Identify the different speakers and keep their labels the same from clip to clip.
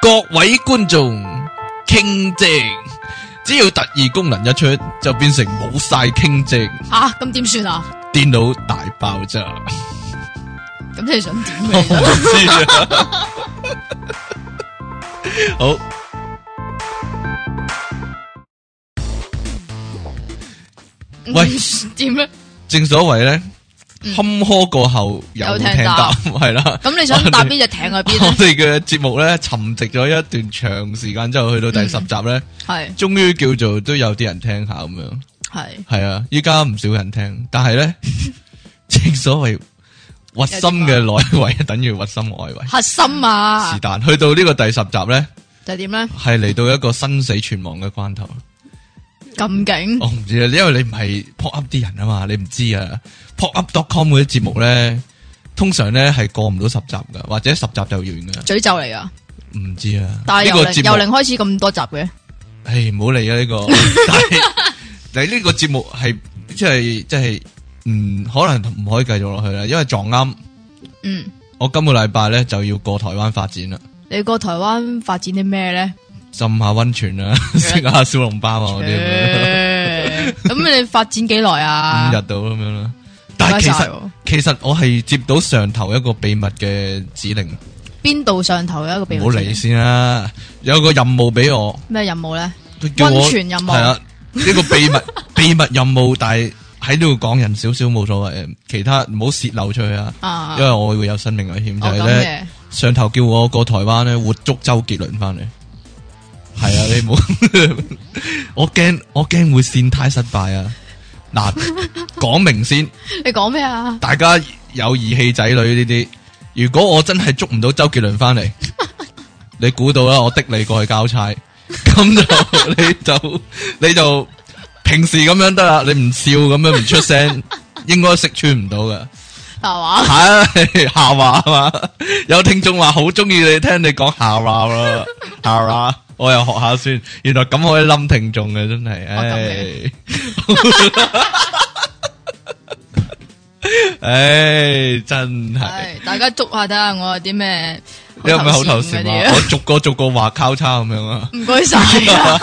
Speaker 1: 各位觀眾傾正，只要特異功能一出，就變成冇晒傾正，
Speaker 2: 吓咁點算啊？
Speaker 1: 電腦大爆炸。
Speaker 2: 咁你想點
Speaker 1: 我唔知
Speaker 2: 嘅？
Speaker 1: 啊。好。 喂
Speaker 2: 嗯點咧？
Speaker 1: 正所謂咧，坎坷過後有
Speaker 2: 有
Speaker 1: 艇
Speaker 2: 艇
Speaker 1: 搭，
Speaker 2: 搭
Speaker 1: 係啦。
Speaker 2: 咁你想搭邊隻艇去邊
Speaker 1: 我
Speaker 2: 咧？
Speaker 1: 哋嘅節目咧，沉寂咗一段長時間之後，去到第十集咧，
Speaker 2: 係
Speaker 1: 終於叫做都有啲人聽下咁樣。
Speaker 2: 係
Speaker 1: 係啊，依家唔少人聽，但係咧， 正所謂核心嘅內圍等於核心外圍。
Speaker 2: 核心啊
Speaker 1: 是，但，去到呢個第十集咧，
Speaker 2: 就係點咧？
Speaker 1: 係嚟到一個生死存亡嘅關頭。
Speaker 2: 咁勁
Speaker 1: 我唔知啊，因為你唔係 pop up 啲人啊嘛，你唔知啊。pop up dot com 嗰啲節目咧，通常咧係過唔到十集噶，或者十集就完噶，
Speaker 2: 詛咒嚟噶，
Speaker 1: 唔知啊。
Speaker 2: 但係
Speaker 1: 呢
Speaker 2: 由
Speaker 1: 個
Speaker 2: 零由
Speaker 1: 節
Speaker 2: 零
Speaker 1: 目，
Speaker 2: 開始咁多集嘅，
Speaker 1: 唉，唔好理啊呢 個。但係但係呢個節目係即係即係，嗯，可能唔可以繼續落去啦，因為撞啱
Speaker 2: 嗯，
Speaker 1: 我今個禮拜咧就要過台灣發展啦，
Speaker 2: 你過台灣發展啲咩咧？
Speaker 1: 浸下温泉 啦，食下小籠包啊嗰啲咁樣，
Speaker 2: 誒 咁你發展幾耐啊？
Speaker 1: 五日到咁樣啦。但係其
Speaker 2: 唔該晒
Speaker 1: 實。
Speaker 2: 喎
Speaker 1: 其實我係接到上頭一個秘密嘅指令，
Speaker 2: 邊度上頭有一個秘
Speaker 1: 唔
Speaker 2: 密
Speaker 1: 好理先啦。有個任務俾我，
Speaker 2: 咩任務咧？
Speaker 1: 佢叫我
Speaker 2: 溫泉任務
Speaker 1: 係啊，呢個秘 密秘密任務，但係喺呢度講人少少冇所謂，其他唔好泄漏出去啊，
Speaker 2: 啊，
Speaker 1: 因為我會有生命危險。就
Speaker 2: 哦
Speaker 1: 係
Speaker 2: 咁
Speaker 1: 咧，
Speaker 2: 嘅，
Speaker 1: 上頭叫我過台灣咧，活捉周杰倫翻嚟。係啊，你唔好， 我驚我驚會線太失敗啊！嗱，講明先。
Speaker 2: 你講咩啊？
Speaker 1: 大家有義氣仔女呢啲，如果我真係捉唔到周杰倫翻嚟，你估到啦，我的你過去交差，咁就你就你就平時咁樣得啦，你唔笑咁樣唔出聲，應該識穿唔到噶。
Speaker 2: 係 嘛？
Speaker 1: 係下話嘛，有聽眾話好中意你聽你講下話咯， 下話，我又學下先，原來咁可以冧聽眾嘅真係，
Speaker 2: 哦咁
Speaker 1: 唉，唉，真係，
Speaker 2: 係大家捉下睇下我有啲咩
Speaker 1: 你係咪口頭
Speaker 2: 嗰
Speaker 1: 禪
Speaker 2: 啲
Speaker 1: 啊？
Speaker 2: 啊？
Speaker 1: 我逐個逐個話交叉咁樣啊，
Speaker 2: 唔該晒啊！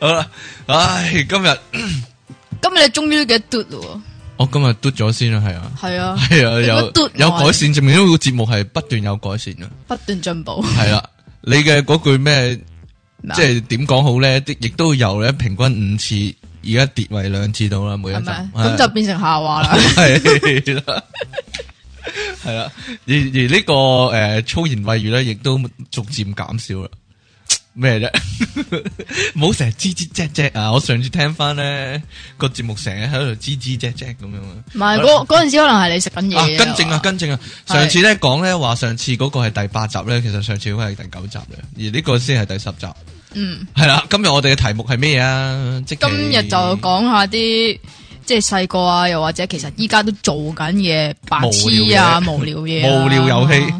Speaker 1: 好啦，唉，今日
Speaker 2: 咁你終於嘅嘟咯
Speaker 1: 我今日嘟咗先啦，係啊。
Speaker 2: 喎，係啊，
Speaker 1: 係啊，
Speaker 2: 你
Speaker 1: 有
Speaker 2: 個嘟
Speaker 1: 有
Speaker 2: 我
Speaker 1: 改善，證明呢個節目係不斷有改善嘅。
Speaker 2: 不斷進步。
Speaker 1: 係啦，你嘅嗰句咩？
Speaker 2: 咩啊
Speaker 1: 即系点讲好咧？啲亦都由咧平均五次，而家跌為兩次到啦，每一
Speaker 2: 係
Speaker 1: 集。
Speaker 2: 咪？咁就變成下 話啦。
Speaker 1: 系啦，系啦。而而呢個诶粗言穢語咧，亦都逐漸減少啦。咩啫？ 唔好成日吱吱啫啫啊！我上次聽翻咧個節目，成日喺度吱吱啫啫咁樣啊。
Speaker 2: 唔係嗰嗰陣時，可能係你食緊
Speaker 1: 啊，
Speaker 2: 嘢。
Speaker 1: 跟正啊，，跟正啊！
Speaker 2: 係
Speaker 1: 上次咧講咧話，上次嗰個係第八集咧，其實上次嗰個係第九集咧，而呢個先係第十集。
Speaker 2: 嗯，
Speaker 1: 系啦，今日我哋嘅題目係咩啊？即
Speaker 2: 今日就講下啲。即係細個啊，又或者其實依家都做緊嘅白痴啊，無聊嘢啊，
Speaker 1: 無聊遊戲系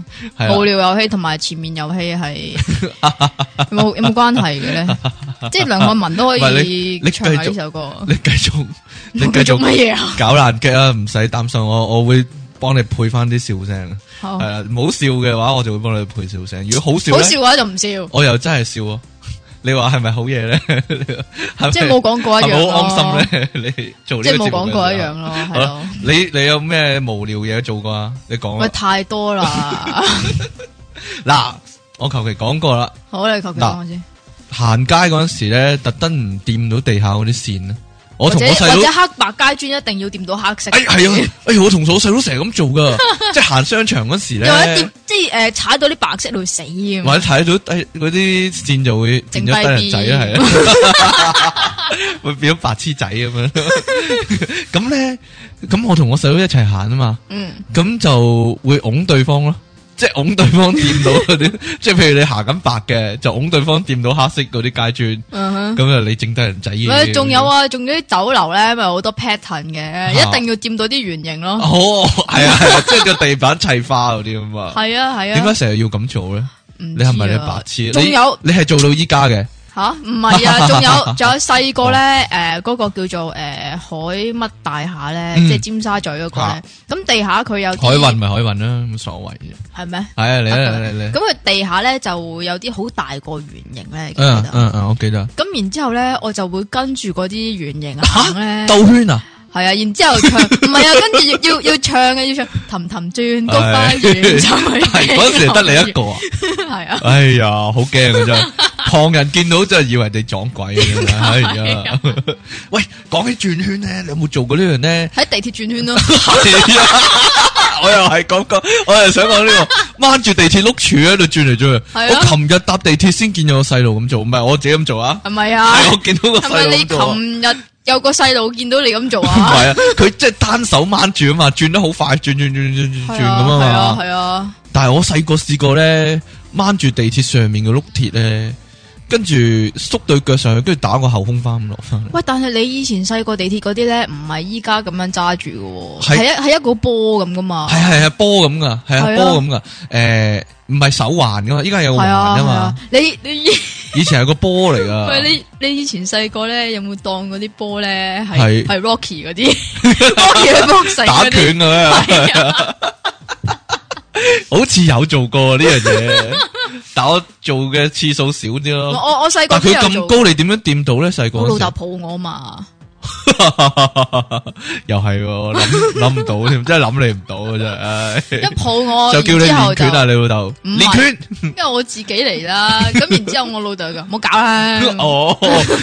Speaker 1: 啦，
Speaker 2: 無聊遊戲同埋前面 遊戲係有冇有冇關係嘅咧？即係梁漢文都可
Speaker 1: 喂你
Speaker 2: 以
Speaker 1: 你
Speaker 2: 唱下
Speaker 1: 繼續
Speaker 2: 呢首歌。
Speaker 1: 你繼 續，你繼
Speaker 2: 我繼續乜
Speaker 1: 續
Speaker 2: 嘢啊？
Speaker 1: 搞爛 g 啊！唔使擔心，我我會幫你配翻啲笑聲。
Speaker 2: 好
Speaker 1: 係啦，唔好笑嘅話，我就會幫你配笑聲。如果好笑
Speaker 2: 哦好
Speaker 1: 咧，
Speaker 2: 笑嘅話就唔笑，
Speaker 1: 我又真係笑喎。 你話 係咪好嘢咧？係咪
Speaker 2: 即係冇講過一
Speaker 1: 係咪
Speaker 2: 樣
Speaker 1: 好安
Speaker 2: 咯。
Speaker 1: 心咧？你做
Speaker 2: 即
Speaker 1: 呢 個節
Speaker 2: 係冇
Speaker 1: 目
Speaker 2: 講
Speaker 1: 嘅
Speaker 2: 過一
Speaker 1: 時候
Speaker 2: 樣咯，
Speaker 1: 好
Speaker 2: 係
Speaker 1: 啦
Speaker 2: 咯。
Speaker 1: 你你有咩無聊嘢做過啊？你講
Speaker 2: 喂，
Speaker 1: 啊
Speaker 2: 太 多啦。
Speaker 1: 嗱，我求其講過啦。
Speaker 2: 好，你求其講我先。
Speaker 1: 行街嗰阵时咧，特登唔掂到地下嗰啲線咧。我
Speaker 2: 或
Speaker 1: 同
Speaker 2: 者
Speaker 1: 我細
Speaker 2: 或者
Speaker 1: 佬，
Speaker 2: 黑白街磚一定要掂到黑色。
Speaker 1: 哎 係啊，哎呀我同我細佬成日咁做噶，即係行商場嗰時
Speaker 2: 又或者
Speaker 1: 咧
Speaker 2: 掂，即係诶踩到啲白色你會死咁。
Speaker 1: 或者睇到低嗰啲線就會變咗低人仔啊，係啊， 會變咗白痴仔咁樣。 咁咧，咁我同我細佬一齊行啊嘛，
Speaker 2: 嗯，
Speaker 1: 咁就會拱對方咯。即係拱對方掂到嗰啲， 即係譬如你行緊白嘅，就拱對方掂到黑色嗰啲街磚，
Speaker 2: 嗯哼。
Speaker 1: 咁啊你整低人仔
Speaker 2: 喂，
Speaker 1: 嘅。
Speaker 2: 仲有啊，仲有啲酒樓咧，咪好多 pattern 嘅，一定要掂到啲圓形咯。
Speaker 1: 啊哦，系啊，係啊，即系个地板砌花嗰啲咁啊。
Speaker 2: 係啊，係啊。
Speaker 1: 点解成日要咁做咧？
Speaker 2: 唔知啊
Speaker 1: 你系咪你白痴？
Speaker 2: 仲有
Speaker 1: 你系做到依家嘅，
Speaker 2: 吓，唔係 啊，仲有仲有細個咧，诶，嗰個叫做诶海乜大廈咧，
Speaker 1: 哦嗯啊
Speaker 2: 即係尖沙咀嗰個咧，咁地下佢有
Speaker 1: 海
Speaker 2: 啲
Speaker 1: 運咪海運啦，冇所謂啫。
Speaker 2: 係咩？
Speaker 1: 係啊，你啊，
Speaker 2: 啊
Speaker 1: 你你
Speaker 2: 咁，佢地下咧就會有啲好大個圓形咧，記唔
Speaker 1: 嗯
Speaker 2: 記得
Speaker 1: 嗯嗯，我記得。
Speaker 2: 咁然之後咧，我就會跟住嗰啲圓形行咧，
Speaker 1: 兜圈 啊！
Speaker 2: 係啊，然之後唱， 唔係啊，跟住要要要唱嘅，要唱氹氹轉菊花
Speaker 1: 係
Speaker 2: 園，就係
Speaker 1: 係嗰陣時得你一個啊！
Speaker 2: 個， 係啊，
Speaker 1: 哎呀，好驚啊真係，旁人見到真係以為你撞鬼啊！真係哎呀， 喂，講起轉圈咧，你有冇做過呢樣咧？
Speaker 2: 喺地鐵轉 圈咯，
Speaker 1: 係啊我又係咁講，我又想講呢個掹住地鐵碌柱喺度轉嚟轉去。
Speaker 2: 係啊
Speaker 1: 我琴日搭地鐵先見有個細路咁做，唔係我自己咁做啊，
Speaker 2: 係咪啊？
Speaker 1: 係我見到個
Speaker 2: 係
Speaker 1: 細
Speaker 2: 咪
Speaker 1: 路
Speaker 2: 你
Speaker 1: 咁做啊。
Speaker 2: 琴日有個細路見到你咁做
Speaker 1: 唔
Speaker 2: 啊？
Speaker 1: 係啊，佢即係單手掹住啊嘛，轉得好快，轉轉轉轉轉轉
Speaker 2: 係
Speaker 1: 咁
Speaker 2: 啊，
Speaker 1: 啊
Speaker 2: 係啊，
Speaker 1: 嘛。
Speaker 2: 係啊，
Speaker 1: 但係我細個試過咧，掹住地鐵上面嘅碌鐵咧，跟住縮對腳上去，跟住打個後空翻咁落翻嚟。
Speaker 2: 喂，但係你以前細個地鐵嗰啲咧，唔係依家咁樣揸住嘅
Speaker 1: 係
Speaker 2: 喎，係一係一個波咁噶嘛，
Speaker 1: 係係係波咁噶，係啊
Speaker 2: 係啊
Speaker 1: 波咁噶。诶，唔係手環噶嘛，依家有個環
Speaker 2: 係啊，
Speaker 1: 啊
Speaker 2: 係
Speaker 1: 嘛
Speaker 2: 啊，，你你。
Speaker 1: 以前係個波嚟噶。
Speaker 2: 喂，你你以前細個咧，有冇當嗰啲波咧
Speaker 1: 係
Speaker 2: 係係 Rocky 嗰啲 Rocky 嘅 box
Speaker 1: 打
Speaker 2: 嗰啲？
Speaker 1: 拳嘅 咩？好似有做過呢樣嘢，但我做嘅次數少啲咯。
Speaker 2: 我我我細個
Speaker 1: 但
Speaker 2: 都
Speaker 1: 佢
Speaker 2: 有
Speaker 1: 咁
Speaker 2: 做，
Speaker 1: 高，你點樣掂到咧？細個
Speaker 2: 我
Speaker 1: 嗰
Speaker 2: 老
Speaker 1: 時
Speaker 2: 豆抱我嘛，
Speaker 1: 又係喎，諗諗唔到添，真係諗你唔到啊！真係唉，
Speaker 2: 一抱我，
Speaker 1: 就叫你
Speaker 2: 哦然之後
Speaker 1: 練
Speaker 2: 就
Speaker 1: 拳啊，你老豆
Speaker 2: 唔係
Speaker 1: 練拳。
Speaker 2: 因為我自己嚟啦。咁然之後我老 豆就唔好搞啦，
Speaker 1: 哦，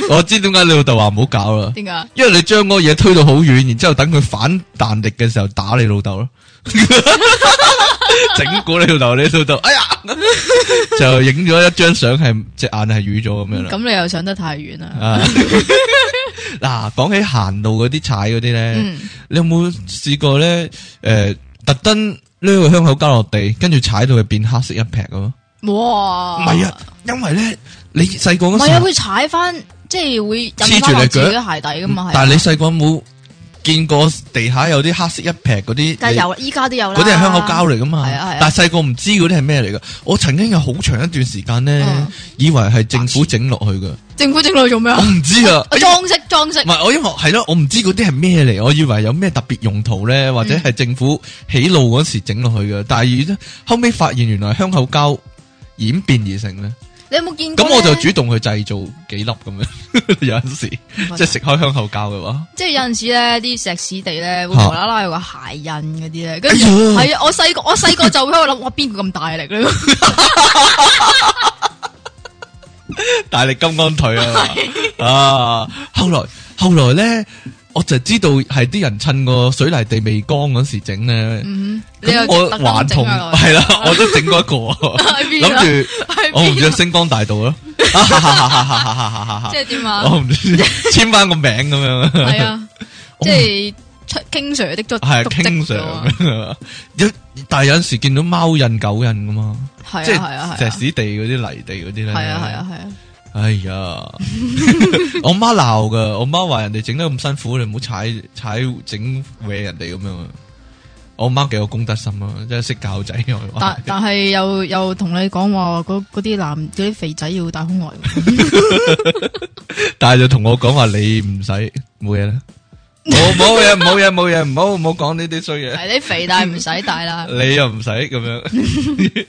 Speaker 1: 我知點解你老豆話唔好搞啦，
Speaker 2: 點解？
Speaker 1: 因為你將嗰個嘢推到好遠，然之後等佢反彈力嘅時候打你老豆咯， 整蠱你老豆，你老豆哎 呀，就影咗一張相，係隻眼係瘀咗咁樣啦。
Speaker 2: 咁你又上得太遠啦。
Speaker 1: 啊 嗱，講起行路嗰啲踩嗰啲咧。
Speaker 2: 嗯，
Speaker 1: 你有冇試過咧？诶、特登呢個香口膠落地，跟住踩到佢變黑色一劈咁啊？唔
Speaker 2: 哇，
Speaker 1: 係啊，，因為咧你細個
Speaker 2: 唔
Speaker 1: 嗰
Speaker 2: 係啊，
Speaker 1: 時
Speaker 2: 會踩翻，即係會
Speaker 1: 黐住
Speaker 2: 印翻
Speaker 1: 你
Speaker 2: 落自己
Speaker 1: 腳
Speaker 2: 鞋底噶嘛
Speaker 1: 候，，
Speaker 2: 係
Speaker 1: 但
Speaker 2: 啊
Speaker 1: 係你細個有冇見過地下有啲黑色一劈嗰啲？
Speaker 2: 梗係
Speaker 1: 你
Speaker 2: 有啦，依家都有啦。
Speaker 1: 嗰啲係香口膠嚟噶嘛？
Speaker 2: 係啊係啊
Speaker 1: 但係細個唔知嗰啲係咩嚟噶。我曾經有好長一段時間咧，
Speaker 2: 嗯
Speaker 1: 以為係政府整落去噶，
Speaker 2: 政府整落去做咩啊
Speaker 1: 我？唔知啊。
Speaker 2: 我裝飾裝飾
Speaker 1: 唔。係，我因為係咯，我唔知嗰啲係咩嚟，我以為有咩特別用途咧，或
Speaker 2: 嗯
Speaker 1: 者係政府起路嗰時整落去嘅。但係後尾發現原來香口膠演變而成咧，
Speaker 2: 你有冇見過
Speaker 1: 咁
Speaker 2: 呢？
Speaker 1: 我就主動去製造幾粒咁樣。 有陣時
Speaker 2: Vâng
Speaker 1: 即係食開香口膠嘅 話，
Speaker 2: 即係有陣時咧，啲石屎地咧會
Speaker 1: 嚇
Speaker 2: 無啦啦有個鞋印嗰啲咧，跟住
Speaker 1: 哎
Speaker 2: 係啊！我細個我細個就會喺度諗， 哇邊個咁大力咧？
Speaker 1: 大力金剛腿啊嘛！啊，後來後來咧，我就知道係啲人趁個水泥地未乾嗰時整咧。
Speaker 2: 嗯哼，你
Speaker 1: 咁
Speaker 2: 又
Speaker 1: 我
Speaker 2: 特
Speaker 1: 還
Speaker 2: 登
Speaker 1: 同
Speaker 2: 整啊
Speaker 1: 係 啦，我都整過一個啊，
Speaker 2: 喺邊啊？
Speaker 1: 諗住。
Speaker 2: 喺
Speaker 1: 我唔
Speaker 2: 邊
Speaker 1: 知
Speaker 2: 啊？
Speaker 1: 星光大道咯，
Speaker 2: 即係點啊？
Speaker 1: 我唔知簽翻個名咁樣，
Speaker 2: 係啊，即係出 King Sir 的足
Speaker 1: 係
Speaker 2: 足
Speaker 1: 傾
Speaker 2: 跡㗎喎
Speaker 1: 常 有，但係有陣時見到貓印狗印噶嘛，
Speaker 2: 係啊
Speaker 1: 即
Speaker 2: 係啊係
Speaker 1: 係石
Speaker 2: 啊
Speaker 1: 屎地嗰啲泥地嗰啲咧，
Speaker 2: 係啊係啊係啊！
Speaker 1: 哎呀， 我媽鬧噶，我媽話人哋整得咁辛苦，你唔好踩踩整搲人哋咁樣啊。我媽幾有公德心啊，真係識教仔我話
Speaker 2: 但。但係又又同你講話嗰嗰啲男嗰啲肥仔要戴胸圍喎，
Speaker 1: 但系就同我講話你唔使冇嘢啦，冇冇嘢冇嘢冇嘢，唔好唔好講呢啲衰嘢。
Speaker 2: 係你啊肥但係唔使 戴啦。
Speaker 1: 你又唔使咁樣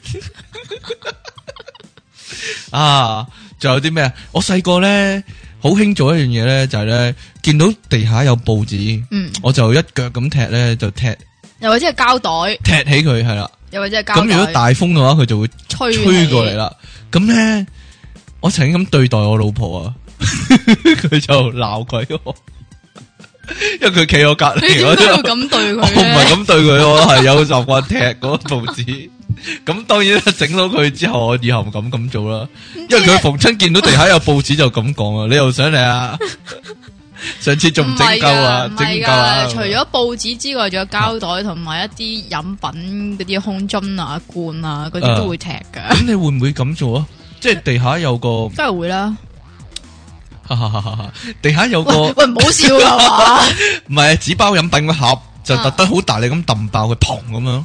Speaker 1: 啊！仲有啲咩啊？我細個咧好興做一樣嘢咧，就係咧見到地下有報紙，
Speaker 2: 嗯，
Speaker 1: 我就一腳咁踢咧，就踢
Speaker 2: 又或者係膠袋，
Speaker 1: 踢起佢係啦。
Speaker 2: 又或者係膠袋。
Speaker 1: 咁如果大風嘅話，佢就會
Speaker 2: 吹
Speaker 1: 吹
Speaker 2: 起
Speaker 1: 過嚟，啦。咁咧，我曾經咁對待我老婆啊， 佢就鬧佢喎，哦因為佢企我隔
Speaker 2: 你
Speaker 1: 離
Speaker 2: 點
Speaker 1: 嗰
Speaker 2: 解
Speaker 1: 度
Speaker 2: 要。咁對
Speaker 1: 我
Speaker 2: 佢
Speaker 1: 唔
Speaker 2: 咧
Speaker 1: 系？咁對佢，我係有習慣踢嗰個報紙。咁當然啦整到佢之後，我以後唔敢咁做啦。 因為佢逢親見到地下有報紙就咁講啊，你又想嚟啊？上次仲唔整夠啊
Speaker 2: 唔？係㗎
Speaker 1: 整
Speaker 2: 唔係
Speaker 1: 夠
Speaker 2: 㗎
Speaker 1: 啊？
Speaker 2: 除咗報紙之外，仲有膠袋同埋一啲飲品嗰啲空樽啊、罐啊嗰
Speaker 1: 啊
Speaker 2: 啲都會踢㗎，
Speaker 1: 咁，你會唔會咁做啊？即係地下有個，
Speaker 2: 梗係會啦。
Speaker 1: 地下有
Speaker 2: 喂
Speaker 1: 個
Speaker 2: 喂，唔好笑啦 嘛！
Speaker 1: 唔係紙包飲品個盒，就特登好大力咁揼爆佢，砰咁樣。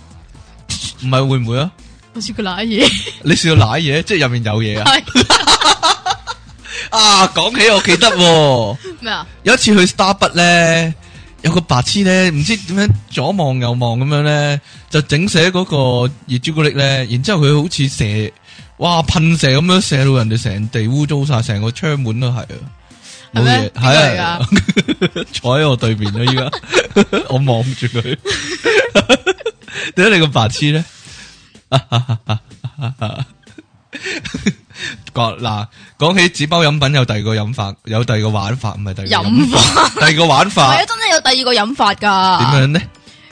Speaker 1: 唔係會唔會啊？
Speaker 2: 我笑佢賴嘢，
Speaker 1: 你試過舐嘢，即係入面有嘢啊？
Speaker 2: 係
Speaker 1: 啊，讲起我記得喎。
Speaker 2: 咩啊？
Speaker 1: 有一次去 Starbucks 咧，有個白痴咧，唔知點樣左望右望咁樣咧，就整寫嗰個熱朱古力咧，然之後佢好似射，哇噴射咁樣射到人哋成地污糟晒，成個窗門都係啊，冇嘢
Speaker 2: 係咩？邊個嚟
Speaker 1: 係啊
Speaker 2: 噶？，
Speaker 1: 坐喺我對面啦，啊依家 我望住佢，點解你咁白痴咧？ 講嗱，講起紙包飲品有第二個飲法，有第二個玩法，唔係第二個
Speaker 2: 飲
Speaker 1: 法，第二個玩
Speaker 2: 唔
Speaker 1: 法
Speaker 2: 係啊，真係有第二個飲法
Speaker 1: 點
Speaker 2: 㗎。
Speaker 1: 樣咧？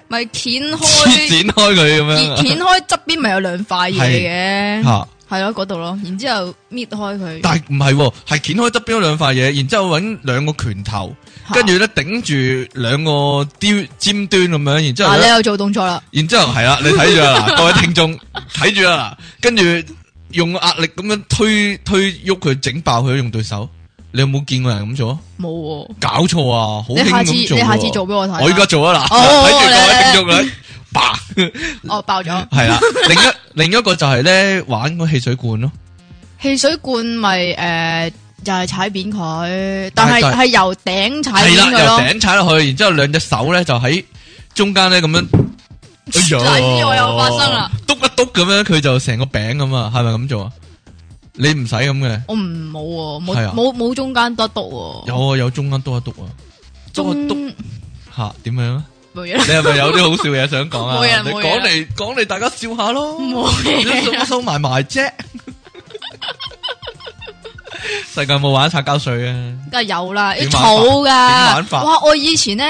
Speaker 2: 咪掀
Speaker 1: 切
Speaker 2: 開，
Speaker 1: 展開佢咁樣
Speaker 2: 掀開側邊咪有兩塊嘢嘅，
Speaker 1: 吓，
Speaker 2: 係咯嗰度咯。然之後搣開佢，
Speaker 1: 但係唔係喎，係掀開側邊嗰兩塊嘢，然之後揾兩個拳頭，
Speaker 2: 嚇啊
Speaker 1: 跟住咧頂住兩個雕尖端咁樣，然之後
Speaker 2: 嗱
Speaker 1: 呢
Speaker 2: 你又做動作啦，
Speaker 1: 然之后系啦，你睇住 啦，嗱各位聽眾睇住啦，嗱跟住用壓力咁樣推推喐佢，整爆佢用對手。你有冇見過人咁做啊？
Speaker 2: 冇喎。
Speaker 1: 搞錯啊！好興
Speaker 2: 你下次
Speaker 1: 咁做喎。
Speaker 2: 你下次做俾我睇啊
Speaker 1: 我依家做啊嗱，
Speaker 2: 哦哦哦
Speaker 1: 睇住各位
Speaker 2: 嚟嚟
Speaker 1: 聽眾啦，叭
Speaker 2: 哦，爆咗！
Speaker 1: 係啦。另一另一個就係咧玩個汽水罐咯，
Speaker 2: 汽水罐咪誒又係踩扁佢，但
Speaker 1: 但
Speaker 2: 係
Speaker 1: 係
Speaker 2: 係由頂踩
Speaker 1: 係
Speaker 2: 扁
Speaker 1: 啦，
Speaker 2: 佢
Speaker 1: 由
Speaker 2: 咯。
Speaker 1: 頂踩落去，然之後兩隻手咧就喺中間咧咁樣。哎呀！
Speaker 2: 嗱呢個又發生啦，
Speaker 1: 篤一篤咁樣，佢就成個餅咁啊，係咪咁做啊？你唔使咁嘅。
Speaker 2: 我唔冇喎，
Speaker 1: 係啊
Speaker 2: 冇冇冇中間得篤喎，
Speaker 1: 有啊，有中間多一督啊，多一
Speaker 2: 中
Speaker 1: 督吓點樣啊？
Speaker 2: 冇嘢啦，
Speaker 1: 你係咪有啲好笑嘢想講啊？
Speaker 2: 冇嘢
Speaker 1: 你
Speaker 2: 冇嘢
Speaker 1: 講嚟講嚟，大家笑下咯，
Speaker 2: 冇
Speaker 1: 你
Speaker 2: 嘢
Speaker 1: 收收埋埋啫。世界冇玩擦膠水啊！
Speaker 2: 梗係有啦，要
Speaker 1: 點玩法
Speaker 2: 儲
Speaker 1: 點玩
Speaker 2: 噶。
Speaker 1: 法
Speaker 2: 哇！我以前咧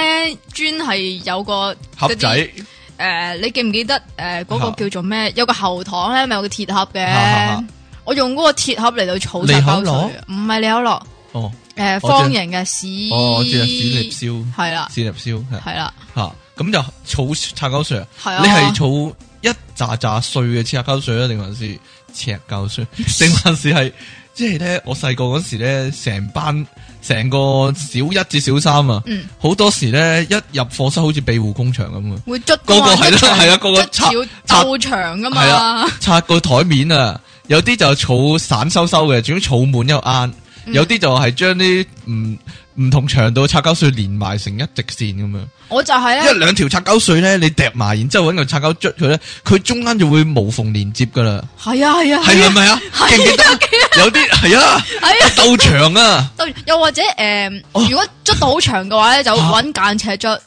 Speaker 2: 專係有個
Speaker 1: 盒
Speaker 2: 嗰啲
Speaker 1: 仔
Speaker 2: 诶、你記唔記得诶嗰、個
Speaker 1: 嚇
Speaker 2: 叫做咩？有個後堂咧，咪有個鐵盒
Speaker 1: 嚇嚇
Speaker 2: 嘅。我用嗰個鐵盒嚟到儲
Speaker 1: 利
Speaker 2: 晒
Speaker 1: 口
Speaker 2: 口水
Speaker 1: 樂
Speaker 2: 啊，唔係利口樂，
Speaker 1: 哦
Speaker 2: 诶、
Speaker 1: 我知啊
Speaker 2: 方形嘅屎，
Speaker 1: 哦，我知啊，屎粒燒，
Speaker 2: 係啦，
Speaker 1: 屎粒燒
Speaker 2: 係啦，
Speaker 1: 吓咁就儲擦膠水啊！
Speaker 2: 係啊。
Speaker 1: 你係儲一扎扎碎嘅赤膠水啊，定還是赤膠 水？定還是係即係咧？我細個嗰時咧，成班成個小一至小三啊，
Speaker 2: 嗯
Speaker 1: 好多時咧一入課室好似庇護工場咁 啊，
Speaker 2: 會捽
Speaker 1: 個個
Speaker 2: 㗎嘛
Speaker 1: 係啦
Speaker 2: 捽牆
Speaker 1: 係啊個個
Speaker 2: 捽
Speaker 1: 插插
Speaker 2: 條鬥牆噶
Speaker 1: 係
Speaker 2: 嘛
Speaker 1: 啊，擦個台面啊，有啲就儲散收收嘅，總之儲滿一個罂。
Speaker 2: 嗯
Speaker 1: 有啲就係將啲唔唔同長度嘅擦膠碎連埋成一直線咁樣。
Speaker 2: 我就係
Speaker 1: 一
Speaker 2: 咧，
Speaker 1: 兩條擦膠碎咧，你揼埋，然之後揾個擦膠捽佢咧，佢中間就會無縫連接噶啦，
Speaker 2: 係啊係啊
Speaker 1: 係係咪啊？記唔記得？有啲係啊，
Speaker 2: 係啊。
Speaker 1: 鬥長啊，
Speaker 2: 對又或者诶、誒
Speaker 1: 哦
Speaker 2: 如果捽到好長嘅話咧，就
Speaker 1: 嚇
Speaker 2: 揾間尺捽。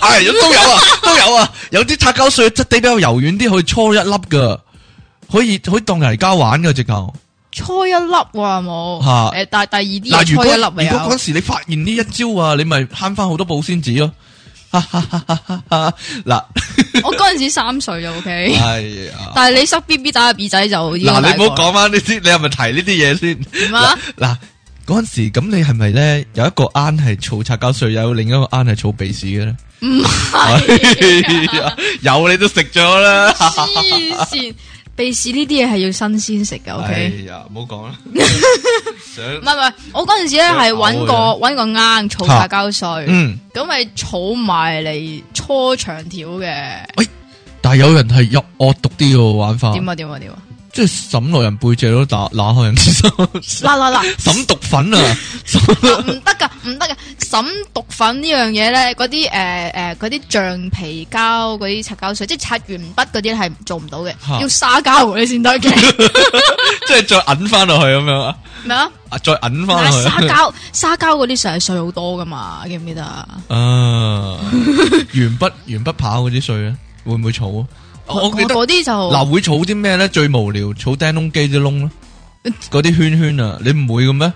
Speaker 1: 唉，都有啊，都有啊，有啲擦膠碎質地比較柔軟啲，可以搓一粒噶，可以可以當泥膠玩噶直頭。
Speaker 2: 搓一粒喎冇，
Speaker 1: 嚇
Speaker 2: 誒但係第二
Speaker 1: 嗱，
Speaker 2: 啲嘢
Speaker 1: 如
Speaker 2: 搓
Speaker 1: 果
Speaker 2: 一粒咪
Speaker 1: 如
Speaker 2: 有，
Speaker 1: 果嗰時你發現呢一招啊，你咪慳翻好多保鮮紙咯。 嗱，
Speaker 2: 我嗰陣時三歲就 OK。
Speaker 1: 哎呀，
Speaker 2: 但系你塞 B B 打入耳仔就已經
Speaker 1: 嗱，
Speaker 2: 大
Speaker 1: 你
Speaker 2: 個
Speaker 1: 唔好講翻呢啲，你係咪提呢啲嘢先？
Speaker 2: 點啊？
Speaker 1: 嗱，嗰阵时咁你係咪咧有一個啱係儲擦膠水，有另一個啱係儲鼻屎嘅咧？
Speaker 2: 唔
Speaker 1: 係啊 有你都食咗啦。
Speaker 2: 黐線，鼻屎呢啲嘢係要新鮮食嘅
Speaker 1: 哎
Speaker 2: ，OK？
Speaker 1: 呀，唔好講 啦。想
Speaker 2: 唔係唔係，我嗰阵时咧係揾個
Speaker 1: 嘔
Speaker 2: 揾個啱儲晒膠水，
Speaker 1: 嗯，
Speaker 2: 咁咪儲埋嚟搓長條嘅，
Speaker 1: 但係有人係入惡毒啲嘅玩法，
Speaker 2: 點啊點啊點啊！
Speaker 1: 即係沈落人背脊都打揦開人 啲心，
Speaker 2: 嗱 嗱嗱，
Speaker 1: 沈毒粉啊！
Speaker 2: 唔得噶唔得噶，沈毒粉呢樣嘢咧，嗰啲诶诶嗰啲橡皮膠嗰啲擦膠水，即係擦完筆嗰啲係做唔到嘅
Speaker 1: 嚇，
Speaker 2: 要沙膠嗰啲先 得嘅，
Speaker 1: 即係再揞翻落去咁樣啊，
Speaker 2: 咩啊？
Speaker 1: 啊再揞翻
Speaker 2: 但
Speaker 1: 落
Speaker 2: 係
Speaker 1: 去
Speaker 2: 沙。膠沙膠嗰啲成日碎好多噶嘛，記唔記得啊？
Speaker 1: 啊，鉛筆鉛筆刨嗰啲碎咧，會唔會儲啊？我記得
Speaker 2: 嗰啲就
Speaker 1: 嗱，會儲啲咩咧？最無聊，儲釘窿機啲窿咯，嗰啲圈圈啊，你唔會嘅咩？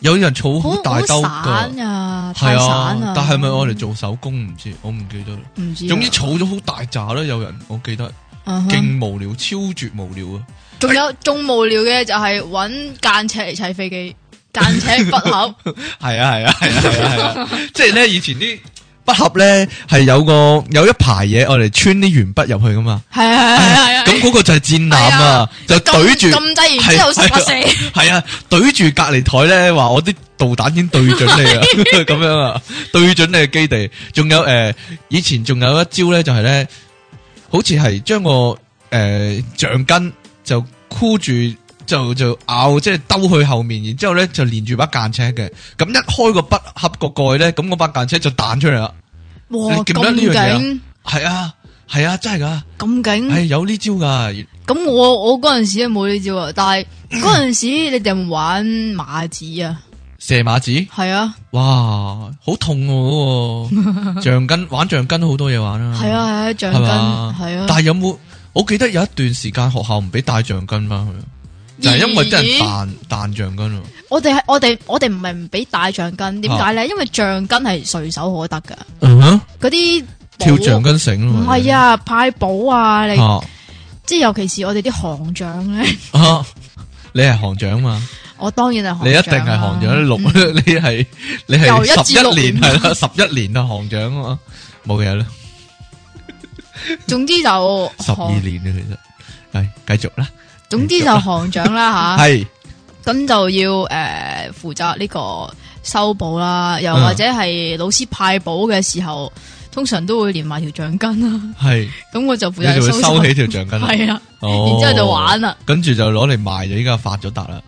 Speaker 1: 有啲人儲
Speaker 2: 好
Speaker 1: 好大兜噶
Speaker 2: 散，啊，
Speaker 1: 係
Speaker 2: 太散啊
Speaker 1: 啊，！但係咪我嚟做手工唔知，我唔記得啦。
Speaker 2: 唔知啊？
Speaker 1: 總之儲咗好大扎啦，有人我記得，
Speaker 2: 嗯哼
Speaker 1: 勁無聊，超絕無聊啊！
Speaker 2: 仲有仲無聊嘅就係揾間尺嚟砌飛機，間尺筆 盒
Speaker 1: 係啊係啊係啊係啊係啊！ 即係咧以前啲筆盒咧係有個有一排嘢我嚟穿啲鉛筆入去噶嘛，
Speaker 2: 係係係係
Speaker 1: 咁
Speaker 2: 係
Speaker 1: 嗰個就係戰艦
Speaker 2: 係
Speaker 1: 啊
Speaker 2: 啊，
Speaker 1: 就懟住。
Speaker 2: 咁制完之後
Speaker 1: 係
Speaker 2: 殺死，
Speaker 1: 系啊，怼住隔篱台咧，话我啲导弹已经对准你啊，咁样啊，对准你嘅基地。仲有诶、呃以前仲有一招咧，就系、咧，好似系将个诶、呃橡筋就箍住就就拗，即係兜去後面，然之後咧就連住把間尺嘅。咁一開個筆盒個蓋咧，咁嗰把間尺就彈出嚟啦。
Speaker 2: 哇，
Speaker 1: 你記唔記得
Speaker 2: 咁
Speaker 1: 呢樣嘢啊
Speaker 2: 勁
Speaker 1: 係啊，係啊，真係噶，
Speaker 2: 咁勁！
Speaker 1: 係有呢招噶。
Speaker 2: 咁我我嗰阵时冇呢招啊，但系嗰阵时你哋有冇玩马子啊？
Speaker 1: 射馬子，
Speaker 2: 系啊，
Speaker 1: 哇，好痛喎！嗰 個橡筋玩橡筋好多嘢玩啊。
Speaker 2: 系啊，系啊，橡
Speaker 1: 係
Speaker 2: 筋，
Speaker 1: 嘛？
Speaker 2: 系啊。
Speaker 1: 但係有冇？我記得有一段時間學校唔俾帶橡筋翻去，就係因為啲人
Speaker 2: 咦
Speaker 1: 彈彈橡筋喎。
Speaker 2: 我哋係我哋我哋唔系唔俾帶橡筋，點
Speaker 1: 啊
Speaker 2: 解咧？因為橡筋係隨手可得噶，
Speaker 1: 嗯哼，
Speaker 2: 嗰啲
Speaker 1: 跳
Speaker 2: 簿
Speaker 1: 橡筋繩
Speaker 2: 唔
Speaker 1: 咯。
Speaker 2: 係啊，派寶啊，你
Speaker 1: 啊！
Speaker 2: 即係尤其是我哋啲行長咧，
Speaker 1: 啊！你系行长嘛？
Speaker 2: 我當然係行
Speaker 1: 你一定系行长六， 你系你系
Speaker 2: 由一至
Speaker 1: 十
Speaker 2: 六
Speaker 1: 一年系啦，十一年啊行长啊嘛，冇嘢啦，
Speaker 2: 總之就
Speaker 1: 十二
Speaker 2: 行，
Speaker 1: 年啊其实系继续啦，
Speaker 2: 總之就行長 啦吓，
Speaker 1: 系
Speaker 2: 咁就要诶负责呢個修補啦，又或者係老師派寶嘅時候，通常都會連埋條橡筋啦，
Speaker 1: 系
Speaker 2: 咁我就負
Speaker 1: 你就会
Speaker 2: 責
Speaker 1: 收起
Speaker 2: 收
Speaker 1: 条橡筋啦，
Speaker 2: 係啊，
Speaker 1: 哦
Speaker 2: 然之後就玩啦，
Speaker 1: 跟住就攞嚟卖咗，依家发咗达啦，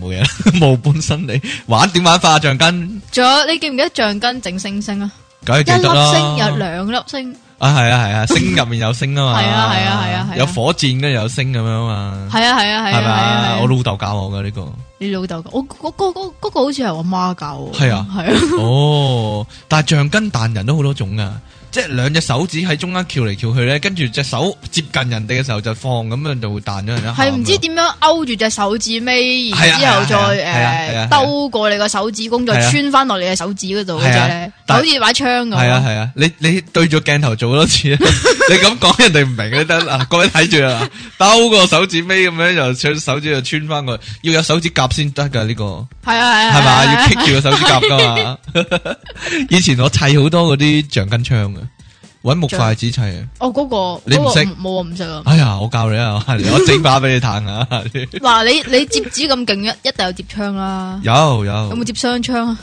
Speaker 1: 冇嘢啦， 冇本身你玩点玩化橡筋，
Speaker 2: 仲有你記唔記得橡筋整星星啊？
Speaker 1: 梗系
Speaker 2: 一
Speaker 1: 记
Speaker 2: 粒
Speaker 1: 得啦，
Speaker 2: 星有兩粒星。
Speaker 1: 啊系啊系啊，星入面有星啊嘛，
Speaker 2: 係啊係啊係啊係啊
Speaker 1: 有火箭跟住有星咁样嘛，
Speaker 2: 系啊系啊
Speaker 1: 系
Speaker 2: 系
Speaker 1: 咪
Speaker 2: 啊系啊！
Speaker 1: 啊？我老豆教我噶呢 个。
Speaker 2: 你老豆，我嗰嗰嗰嗰个好似係我媽教我。
Speaker 1: 係啊
Speaker 2: 系啊，
Speaker 1: 哦，但系橡筋彈人都好多種噶，即係兩隻手指喺中間翹嚟翹去咧，跟住隻手接近人哋嘅時候就放，咁啊樣就會彈咗人一下
Speaker 2: 係唔知點樣勾住隻手指尾，
Speaker 1: 係啊
Speaker 2: 然之后再
Speaker 1: 係啊係啊係啊
Speaker 2: 诶兜過你個手指公，
Speaker 1: 係
Speaker 2: 再
Speaker 1: 啊
Speaker 2: 穿翻落你嘅手指嗰度嗰
Speaker 1: 係
Speaker 2: 只
Speaker 1: 啊
Speaker 2: 咧，就
Speaker 1: 但
Speaker 2: 好似把槍咁。
Speaker 1: 係啊係啊，你你對住鏡頭做多次啊， 你咁講人哋唔明嘅得啦，各位睇住啊， 兜個手指尾咁樣又將手指就穿翻過去，要有手指甲先得噶呢個。
Speaker 2: 係啊係啊，
Speaker 1: 系
Speaker 2: 係啊
Speaker 1: 嘛？要
Speaker 2: 係啊
Speaker 1: k 住個手指甲噶嘛？ 以前我砌好多嗰啲橡筋槍嘅，搵木筷子砌啊！
Speaker 2: 哦嗰個
Speaker 1: 你唔
Speaker 2: 嗰個
Speaker 1: 識
Speaker 2: 冇我唔識啊。
Speaker 1: 哎呀，我教你啊，我整把俾你啊彈下。
Speaker 2: 嗱，你你接指咁勁一一定有接槍啦，
Speaker 1: 有有
Speaker 2: 有冇接雙槍啊？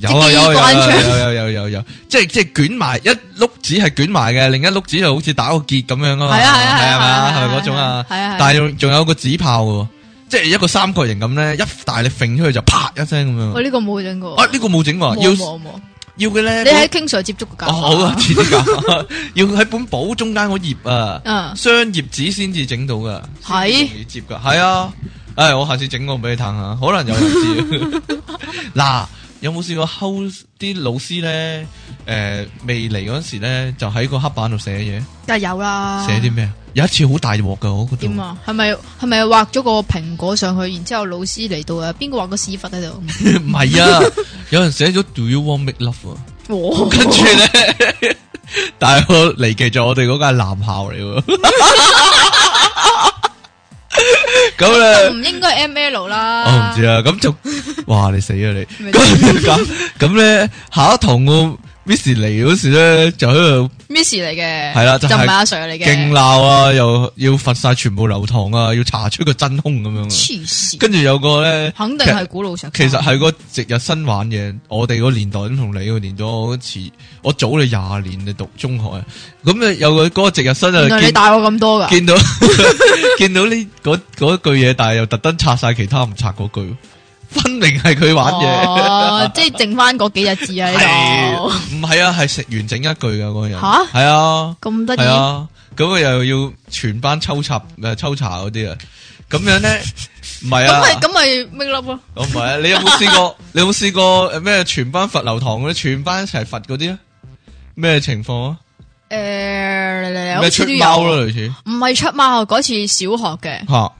Speaker 1: 有啊
Speaker 2: 即
Speaker 1: 有啊有啊
Speaker 2: 機關槍
Speaker 1: 有有有有有，即系即系卷埋一碌紙係卷埋嘅，另一碌紙就好似打個結咁樣啊嘛，
Speaker 2: 係啊係啊
Speaker 1: 係啊
Speaker 2: 係啊
Speaker 1: 嘛，係咪嗰種啊？
Speaker 2: 係啊係啊
Speaker 1: 但係仲仲有個紙炮嘅喎，即係一個三角形咁咧，一大力揈出去就啪一聲咁
Speaker 2: 我
Speaker 1: 樣。
Speaker 2: 哦呢個冇整過。
Speaker 1: 啊呢個冇整喎，
Speaker 2: 冇
Speaker 1: 要
Speaker 2: 冇冇，
Speaker 1: 要嘅咧，
Speaker 2: 你喺 King Sir 接觸噶？
Speaker 1: 哦好啊，遲啲教， 要喺本簿中間嗰頁啊，
Speaker 2: 嗯，
Speaker 1: 雙頁紙先至整到噶，
Speaker 2: 係
Speaker 1: 先至容易接噶，係啊，诶，我下次整個俾你睇下，可能有人知。嗱，有冇試過睺啲老師咧？诶、未嚟嗰陣時咧，就喺個黑板度寫嘢，
Speaker 2: 梗係有啦。
Speaker 1: 寫啲咩啊？有一次好大鑊噶，我嗰
Speaker 2: 点
Speaker 1: 度，
Speaker 2: 啊？系咪系咪画咗个苹果上去，然之后老师嚟到啊？边个画個屎忽喺度？
Speaker 1: 唔係啊，有人寫咗 Do you want make love 啊？
Speaker 2: 我
Speaker 1: 跟住咧，但系我离奇咗，我哋嗰間係男校嚟喎。咁咧。
Speaker 2: 唔应该 M L 啦。
Speaker 1: 我唔知啊，咁 就哇你死啊你！
Speaker 2: 咪
Speaker 1: 咁咁咁咧，下一堂我 Miss 嚟嗰時咧，就喺度
Speaker 2: Miss 嚟嘅，
Speaker 1: 係啦就
Speaker 2: 就
Speaker 1: 係
Speaker 2: 唔系阿 Sir 嚟
Speaker 1: 勁
Speaker 2: 嘅，
Speaker 1: 鬧啊，又要罰晒全部留堂啊，要查出個真兇咁樣啊。
Speaker 2: 黐线，
Speaker 1: 跟住有個咧，
Speaker 2: 肯定系古老石。
Speaker 1: 其實係個值日生玩嘅，我哋個年代咁同你個年代，我遲我早你廿年，你讀中學啊。咁咧有個嗰個值日生
Speaker 2: 原
Speaker 1: 啊，
Speaker 2: 来你
Speaker 1: 見
Speaker 2: 大我咁多噶，
Speaker 1: 見到 見到呢嗰嗰句嘢，但係又特登拆晒其他唔拆嗰句，分明係佢玩嘢。
Speaker 2: 哦， 即系剩翻嗰几日字喺度，
Speaker 1: 系唔系啊？系食完整一句噶嗰個人，
Speaker 2: 吓
Speaker 1: 系啊，
Speaker 2: 咁得
Speaker 1: 系
Speaker 2: 意。
Speaker 1: 啊，咁佢又要全班抽插诶抽查嗰啲啊，咁樣咧唔係
Speaker 2: 咁
Speaker 1: 啊，
Speaker 2: 咪咁咪 make up 咯，
Speaker 1: 我唔係啊，你有冇試 過？你有冇試過诶咩？全班罰留堂嗰啲，全班一齊罰嗰啲啊？咩情況啊？
Speaker 2: 诶，
Speaker 1: 咩
Speaker 2: 好
Speaker 1: 出
Speaker 2: 似都
Speaker 1: 貓
Speaker 2: 有，
Speaker 1: 咯，類似
Speaker 2: 唔系出貓嗰次小學嘅。
Speaker 1: 吓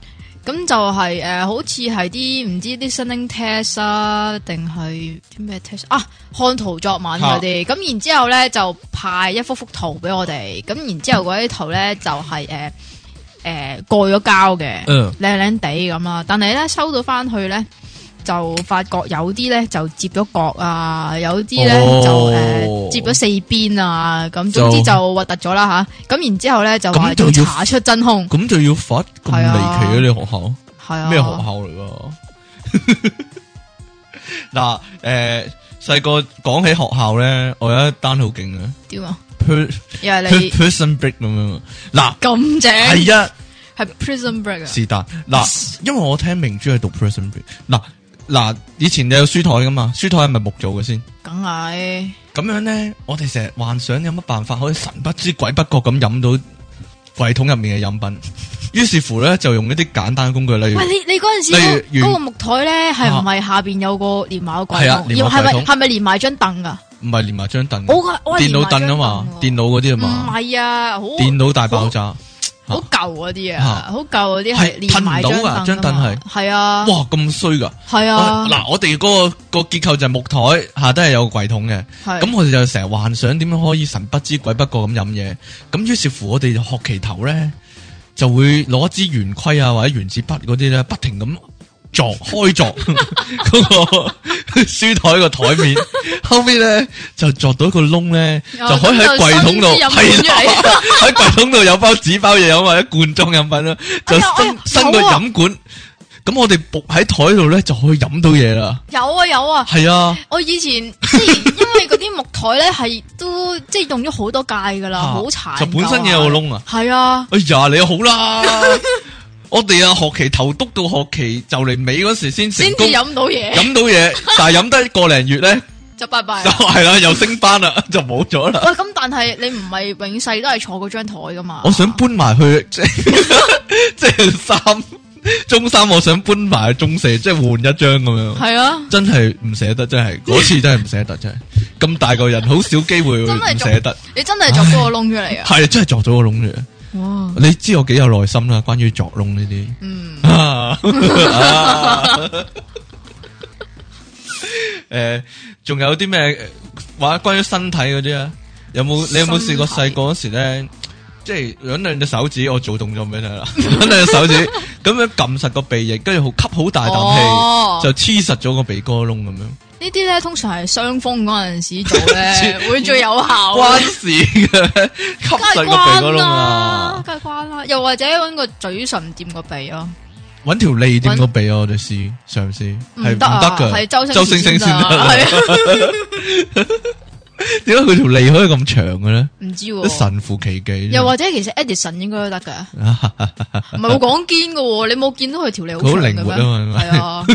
Speaker 2: 咁就係呃好似係啲唔知啲 listening test 啊，定係啲咩 test 啊？看圖作文嗰啲，咁然之後咧就派一幅幅圖俾我哋，咁然之後嗰啲圖咧就係誒誒過咗膠嘅，
Speaker 1: 嗯
Speaker 2: 靚靚地咁啦。但係咧收到翻去咧，就發覺有啲咧就接咗角啊，有啲咧
Speaker 1: 哦
Speaker 2: 就誒接咗四邊啊，咁總之
Speaker 1: 就
Speaker 2: 就核突咗啦吓，咁然之後咧就話
Speaker 1: 咁就
Speaker 2: 要
Speaker 1: 要
Speaker 2: 查出真兇，
Speaker 1: 咁就要罰咁
Speaker 2: 係
Speaker 1: 離
Speaker 2: 啊
Speaker 1: 奇嘅你學校。
Speaker 2: 係啊，
Speaker 1: 咩學校嚟噶？ 嗱，诶，細個講起學校咧，我有一單好勁嘅
Speaker 2: 點啊？
Speaker 1: ，per
Speaker 2: 又係你
Speaker 1: per-。person break 咁樣啊。
Speaker 2: 咁正，
Speaker 1: 嗱，係啊，
Speaker 2: 系 Prison Break 啊，
Speaker 1: 是但嗱，因為我聽明珠係讀 prison break 嗱嗱，以前有書台噶嘛，書台係咪木做嘅先？
Speaker 2: 梗系
Speaker 1: 咁樣咧，我哋成日幻想有乜辦法可以神不知鬼不覺咁飲到櫃桶入面嘅飲品，於是乎咧就用一啲簡單嘅工具，例如
Speaker 2: 喂，你你嗰阵时
Speaker 1: 嗯例
Speaker 2: 嗰
Speaker 1: 如啊
Speaker 2: 嗰个木台咧，系唔系下边有个连埋个柜
Speaker 1: 係啊
Speaker 2: 桶？
Speaker 1: 連
Speaker 2: 要
Speaker 1: 埋櫃
Speaker 2: 系咪
Speaker 1: 桶
Speaker 2: 系咪连埋张凳噶？
Speaker 1: 唔係連埋張凳，
Speaker 2: 我個我係
Speaker 1: 電腦凳啊
Speaker 2: 連埋張
Speaker 1: 嘛，
Speaker 2: 凳
Speaker 1: 電腦嗰啲啊
Speaker 2: 唔
Speaker 1: 嘛，
Speaker 2: 系啊，好
Speaker 1: 電腦大爆炸，
Speaker 2: 好啊旧嗰啲啊
Speaker 1: 啊，
Speaker 2: 好旧嗰啲
Speaker 1: 係
Speaker 2: 系连埋
Speaker 1: 褪唔到㗎
Speaker 2: 张
Speaker 1: 張凳係
Speaker 2: 系啊，
Speaker 1: 哇咁衰噶！
Speaker 2: 系啊，
Speaker 1: 嗱，我哋嗰個個結構就係木台下低係有個櫃桶嘅。
Speaker 2: 係
Speaker 1: 咁我哋就成日幻想點樣可以神不知鬼不覺咁飲嘢，咁於是乎我哋就學期頭咧就會攞支圓規啊或者原子筆嗰啲咧，不停咁鑿開鑿嗰個書台個台面，後尾咧就鑿到一個窿咧，
Speaker 2: 哦
Speaker 1: 就可以喺櫃桶度
Speaker 2: 咁就伸支
Speaker 1: 係啊
Speaker 2: 飲管出嚟
Speaker 1: 啦，喺櫃桶度有包紙包嘢飲或者罐裝飲品啦，就
Speaker 2: 哎呀哎呀
Speaker 1: 伸伸個
Speaker 2: 有啊
Speaker 1: 飲管，咁我哋仆喺台度咧就可以飲到嘢啦，
Speaker 2: 有啊有啊，
Speaker 1: 係啊。
Speaker 2: 我以前 即系因为嗰啲木台咧系都即系用咗好多届噶啦，
Speaker 1: 啊
Speaker 2: 好残
Speaker 1: 就本身有個窿啊，
Speaker 2: 系啊，
Speaker 1: 哎呀，你好啦， 我哋啊學期頭督到學期就嚟尾嗰時先成
Speaker 2: 先至
Speaker 1: 功
Speaker 2: 饮到嘢
Speaker 1: 飲到嘢， 但係飲得個零月咧
Speaker 2: 就拜 拜
Speaker 1: 就。係啦，又升班啦， 就冇咗啦。
Speaker 2: 喂，咁但系你唔系永世都系坐嗰张台噶嘛？
Speaker 1: 我想搬埋去 即係即係三中三，我想搬埋去中四，即係換一張咁樣。
Speaker 2: 系啊，
Speaker 1: 真係唔捨得，真係嗰次真係唔捨得，真係咁大個人，好少機會會
Speaker 2: 真
Speaker 1: 唔
Speaker 2: 係
Speaker 1: 捨得，
Speaker 2: 你真系作咗个窿 出嚟啊！
Speaker 1: 係真係作咗個窿嘅。
Speaker 2: 哇，
Speaker 1: 你知我幾有耐心啦，關於作窿呢啲。
Speaker 2: 嗯，
Speaker 1: 啊！ 诶，仲有啲咩呃話關於身體嗰啲啊？有冇你有冇試過
Speaker 2: 身
Speaker 1: 細
Speaker 2: 體
Speaker 1: 個嗰時咧，即係揾兩隻手指，我做動作俾你睇啦， 揾兩隻手指咁樣撳實個鼻翼，跟住好吸好大
Speaker 2: 哦
Speaker 1: 啖氣，就黐實咗個鼻哥窿咁樣，
Speaker 2: 呢啲咧通常系伤風嗰阵时做 咧
Speaker 1: 黐
Speaker 2: 会最有效啊。
Speaker 1: 關事嘅， 吸
Speaker 2: 梗
Speaker 1: 實
Speaker 2: 係
Speaker 1: 個鼻哥
Speaker 2: 關
Speaker 1: 窿
Speaker 2: 啦，
Speaker 1: 啊！
Speaker 2: 梗係關啦。又或者揾個嘴唇掂個鼻咯，
Speaker 1: 揾條脷掂個鼻啊！我哋試嘗試，係
Speaker 2: 得
Speaker 1: 唔
Speaker 2: 啊，
Speaker 1: 得噶？
Speaker 2: 係周星
Speaker 1: 周星星先
Speaker 2: 先得
Speaker 1: 得
Speaker 2: 啊，
Speaker 1: 啊。
Speaker 2: 係啊，
Speaker 1: 点解佢条脷可以咁长嘅咧？
Speaker 2: 唔知
Speaker 1: 都
Speaker 2: 喎。
Speaker 1: 神乎其技。啊
Speaker 2: 又或者其實 Edison 應該都得噶，唔係好講堅嘅喎，你冇見到佢條脷
Speaker 1: 佢好
Speaker 2: 靈
Speaker 1: 靈活啊嘛
Speaker 2: 係啊，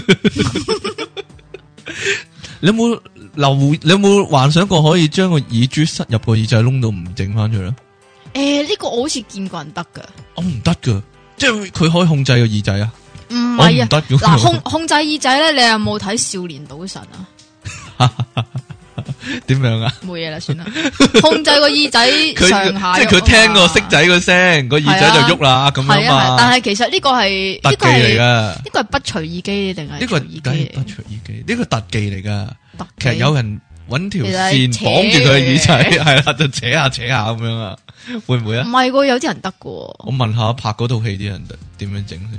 Speaker 1: 你有冇留？你有冇幻想過可以將個耳珠塞入個耳仔窿度唔整翻出咧？
Speaker 2: 誒呢個我好似見過人得噶，
Speaker 1: 我哦唔得噶，即係佢可以控制個耳仔啊！
Speaker 2: 唔
Speaker 1: 我
Speaker 2: 係
Speaker 1: 唔
Speaker 2: 啊。
Speaker 1: 得噶。
Speaker 2: 嗱控控制耳仔咧，你有冇睇少年賭神啊？
Speaker 1: 點樣啊？
Speaker 2: 冇嘢 啦，算啦。控制個耳仔
Speaker 1: 佢
Speaker 2: 上下
Speaker 1: 即係
Speaker 2: 喐啊
Speaker 1: 佢聽個
Speaker 2: 嘛
Speaker 1: 色仔個聲，個耳仔就喐啦咁樣
Speaker 2: 係啊，係但
Speaker 1: 嘛。
Speaker 2: 係其實呢個係
Speaker 1: 特技
Speaker 2: 呢個
Speaker 1: 嚟
Speaker 2: 係
Speaker 1: 噶，
Speaker 2: 呢個係不隨耳機定係
Speaker 1: 呢個
Speaker 2: 隨耳
Speaker 1: 梗
Speaker 2: 機
Speaker 1: 係
Speaker 2: 嚟
Speaker 1: 不隨耳機，呢個特技嚟噶。
Speaker 2: 特
Speaker 1: 其實
Speaker 2: 技
Speaker 1: 有人揾條
Speaker 2: 其實
Speaker 1: 線
Speaker 2: 係
Speaker 1: 綁住佢嘅耳仔，
Speaker 2: 扯
Speaker 1: 係啦，就扯下扯下咁樣啊，會唔會啊
Speaker 2: 唔？係喎，有啲人得嘅喎。
Speaker 1: 我問下拍嗰套戲啲人點樣整先。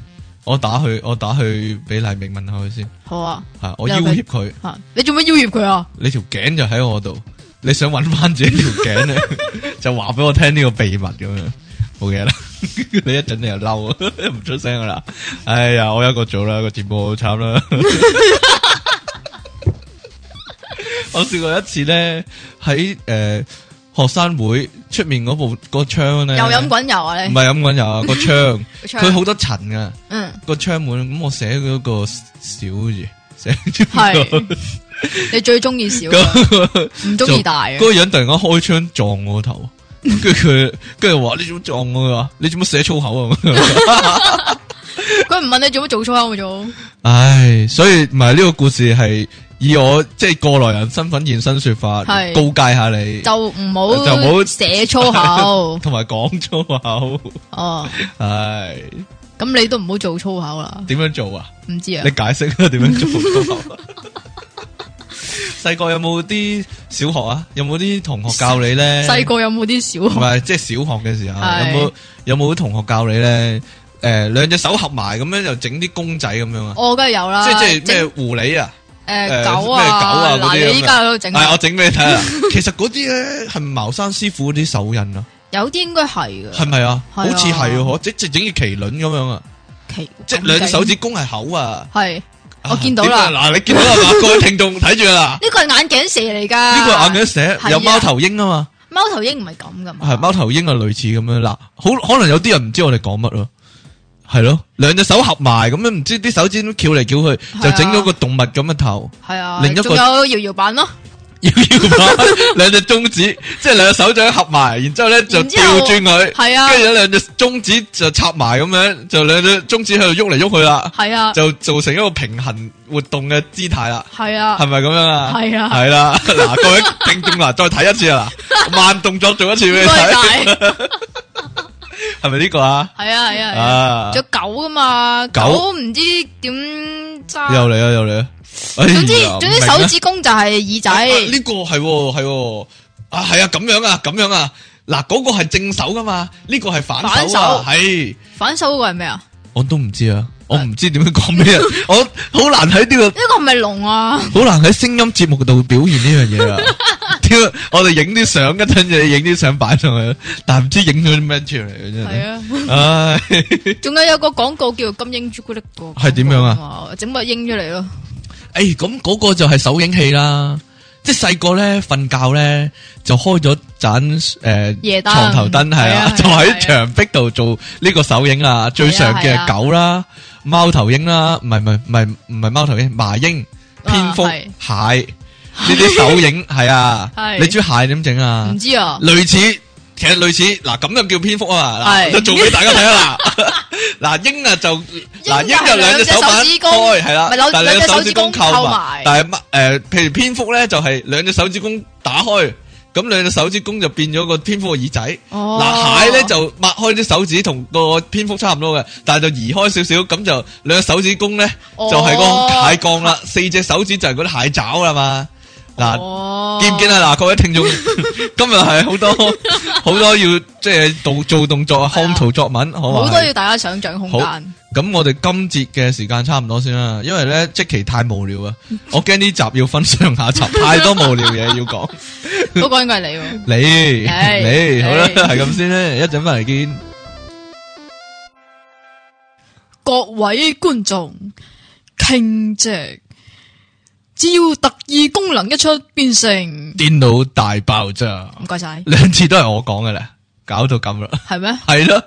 Speaker 1: 我打去，我打去俾黎明問下佢先。
Speaker 2: 好啊，
Speaker 1: 吓，我
Speaker 2: 你
Speaker 1: 要
Speaker 2: 有佢
Speaker 1: 挟佢，
Speaker 2: 吓你做乜要挟 佢啊？
Speaker 1: 你條頸就喺我度，你想揾翻自己條頸咧， 就話俾我聽呢個秘密咁樣。冇嘢啦， 你一陣你又嬲， 唔出聲噶啦。哎呀，我有一個做啦，個節目好慘啦。 我試過一次咧，喺诶、學生會出面嗰部嗰個窗咧，
Speaker 2: 又飲滾油啊
Speaker 1: 唔
Speaker 2: 你？
Speaker 1: 係飲滾油 啊，個窗。
Speaker 2: 個窗
Speaker 1: 佢好多塵噶
Speaker 2: 嗯，
Speaker 1: 個窗門，咁我寫嗰個小字， 寫咗
Speaker 2: 係 你最中意少啊，
Speaker 1: 個
Speaker 2: 唔中意大啊
Speaker 1: 嗰
Speaker 2: 嘅。
Speaker 1: 個人突然間開窗撞我個頭，跟住佢跟住話你做乜撞我啊？你做乜寫粗口啊？
Speaker 2: 佢唔問你做乜做粗口嘅做，
Speaker 1: 唉，所以唔係呢個故事係以我即係過來人身份現身說法，
Speaker 2: 係
Speaker 1: 告戒下你，
Speaker 2: 就唔
Speaker 1: 就唔好
Speaker 2: 好寫粗口
Speaker 1: 。同埋講粗口。
Speaker 2: 哦，
Speaker 1: 唉，
Speaker 2: 咁你都唔好做粗口啦。
Speaker 1: 點樣做啊？
Speaker 2: 唔知啊
Speaker 1: 你，解釋啊，點樣做粗口？ 細個有冇啲小學啊？有冇啲同學教你咧？
Speaker 2: 細個有冇啲
Speaker 1: 唔
Speaker 2: 小學？
Speaker 1: 係，即係小學嘅時候，
Speaker 2: 係
Speaker 1: 有冇有冇同學教你咧？诶、兩隻手合埋咁樣，就整啲公仔咁樣啊！
Speaker 2: 我哦梗係有啦。
Speaker 1: 即係即係
Speaker 2: 整
Speaker 1: 咩狐狸啊？
Speaker 2: 誒
Speaker 1: 誒
Speaker 2: 狗
Speaker 1: 咩狗啊嗰啲
Speaker 2: 啊嗱，
Speaker 1: 咁
Speaker 2: 你依家喺度整
Speaker 1: 係、，我整俾你睇啊！其實嗰啲咧係茅山師傅啲手印 啊，
Speaker 2: 有啲應該係
Speaker 1: 係
Speaker 2: 嘅。
Speaker 1: 咪啊？
Speaker 2: 係
Speaker 1: 好
Speaker 2: 啊
Speaker 1: 似係啊，即即整住麒麟咁樣啊！
Speaker 2: 奇
Speaker 1: 即係兩隻手指公係口啊！
Speaker 2: 係
Speaker 1: 啊
Speaker 2: 我見到啦
Speaker 1: 點啊嗱，你見到啦嘛？各位聽眾睇住啦，
Speaker 2: 呢個係眼鏡蛇嚟㗎。
Speaker 1: 呢個眼鏡蛇
Speaker 2: 啊係
Speaker 1: 有
Speaker 2: 啊
Speaker 1: 貓頭鷹啊嘛，
Speaker 2: 貓頭鷹唔係咁㗎嘛。
Speaker 1: 係貓頭鷹啊，類似咁樣嗱，好可能有啲人唔知我哋講乜咯，系咯，兩隻手合埋咁樣，唔知啲手指都翹嚟翹去，
Speaker 2: 係
Speaker 1: 就
Speaker 2: 啊
Speaker 1: 整咗個動物咁嘅頭，
Speaker 2: 系啊，
Speaker 1: 另一個
Speaker 2: 仲有搖搖板咯，
Speaker 1: 搖搖 把，兩隻中指，即係兩隻手掌合埋，然之后咧就
Speaker 2: 然之
Speaker 1: 調
Speaker 2: 後
Speaker 1: 轉佢，
Speaker 2: 係啊
Speaker 1: 跟住有兩隻中指就插埋咁樣，就兩隻中指喺度喐嚟喐去啦，
Speaker 2: 系啊，
Speaker 1: 就造成一個平衡活動嘅姿態啦。
Speaker 2: 系啊
Speaker 1: 系，咪咁样啊？
Speaker 2: 係啊
Speaker 1: 系啦，嗱，各位听众嗱，再睇一次啊， 嗱，慢动作做一次俾
Speaker 2: 應
Speaker 1: 你
Speaker 2: 該
Speaker 1: 睇，
Speaker 2: 係
Speaker 1: 系咪呢个啊？
Speaker 2: 係啊係啊係啊，
Speaker 1: 啊，
Speaker 2: 仲有狗噶嘛，
Speaker 1: 狗
Speaker 2: 狗唔知點揸，
Speaker 1: 又嚟啊，又嚟啊！哎呀
Speaker 2: 總之
Speaker 1: 唔
Speaker 2: 總
Speaker 1: 明
Speaker 2: 之
Speaker 1: 啊
Speaker 2: 手指公就係耳
Speaker 1: 啊啊
Speaker 2: 仔，
Speaker 1: 呢个系系啊，系啊，咁样啊，咁样啊，嗱，嗰个系正手噶嘛，呢个系反
Speaker 2: 反
Speaker 1: 手
Speaker 2: 手
Speaker 1: 啊，系，
Speaker 2: 反手嗰個係咩啊？
Speaker 1: 我都唔知啊，我唔知点样讲咩 啊，我好难喺呢个
Speaker 2: 呢個係咪龍啊？
Speaker 1: 好难喺声音节目度表现呢样 嘢啊！屌，我哋影啲相，一阵就影啲相摆上去，但唔知影咗啲咩出嚟啊真
Speaker 2: 係
Speaker 1: 係
Speaker 2: 啊，
Speaker 1: 唉，
Speaker 2: 仲有有個廣告叫金鷹朱古力個，
Speaker 1: 係點樣
Speaker 2: 啊？整個鷹出嚟咯，
Speaker 1: 诶，哎咁嗰个就系手影戏啦，即系细个咧瞓觉咧就开咗盏诶
Speaker 2: 夜燈
Speaker 1: 床头灯系
Speaker 2: 係
Speaker 1: 啊
Speaker 2: 啊，
Speaker 1: 就
Speaker 2: 係啊
Speaker 1: 喺墙壁度做呢个手影啊，最常嘅係狗
Speaker 2: 啊
Speaker 1: 啦、猫头鹰啦，唔系唔系唔系唔系猫头鹰，麻鹰、蝙蝠、
Speaker 2: 啊係
Speaker 1: 蟹呢啲手影系啊，
Speaker 2: 係
Speaker 1: 你中意蟹点整啊？
Speaker 2: 唔知啊，
Speaker 1: 类似，其实类似嗱咁就叫蝙蝠啊嘛，嗱
Speaker 2: 係
Speaker 1: 就做俾大家睇 啦。嗱，鹰啊就嗱，
Speaker 2: 鷹
Speaker 1: 鹰就
Speaker 2: 就
Speaker 1: 兩隻
Speaker 2: 係兩隻
Speaker 1: 手板
Speaker 2: 手指公
Speaker 1: 開係啦
Speaker 2: 咪，兩
Speaker 1: 但係兩隻
Speaker 2: 兩隻
Speaker 1: 手
Speaker 2: 手
Speaker 1: 指
Speaker 2: 指
Speaker 1: 公
Speaker 2: 公
Speaker 1: 扣
Speaker 2: 扣
Speaker 1: 埋
Speaker 2: 埋。
Speaker 1: 但係乜诶，譬如蝙蝠咧就係兩隻手指公打開，咁兩隻手指公就變咗個蝙蝠嘅耳仔。
Speaker 2: 哦，
Speaker 1: 嗱，蟹咧就擘開啲手指同個蝙蝠差唔多嘅，但係就移開少少，咁就兩隻手指公咧就
Speaker 2: 哦
Speaker 1: 係個蟹杠啦，四隻手指就係嗰啲蟹爪啦嘛。嗱，
Speaker 2: 哦
Speaker 1: 見唔見？啊？嗱，各位聽 眾，今日係好多好多要即係做做動作啊，
Speaker 2: 係啊
Speaker 1: 看圖作文，好嘛？
Speaker 2: 好多要大家想象空間，
Speaker 1: 咁我哋今節嘅時間差唔多先啦，因為咧即期太無聊啊，我驚呢集要分上下 集，太多無聊嘢要講。
Speaker 2: 嗰個應該係你喎。
Speaker 1: 你
Speaker 2: 唉
Speaker 1: 你好啦，
Speaker 2: 唉
Speaker 1: 係咁先啦，一陣翻嚟見。
Speaker 2: 各位觀眾，傾席，只要特異功能一出，變成
Speaker 1: 電腦大爆炸，
Speaker 2: 唔該晒，
Speaker 1: 兩次都係我講嘅啦，搞到咁啦，
Speaker 2: 係咩？
Speaker 1: 係啦，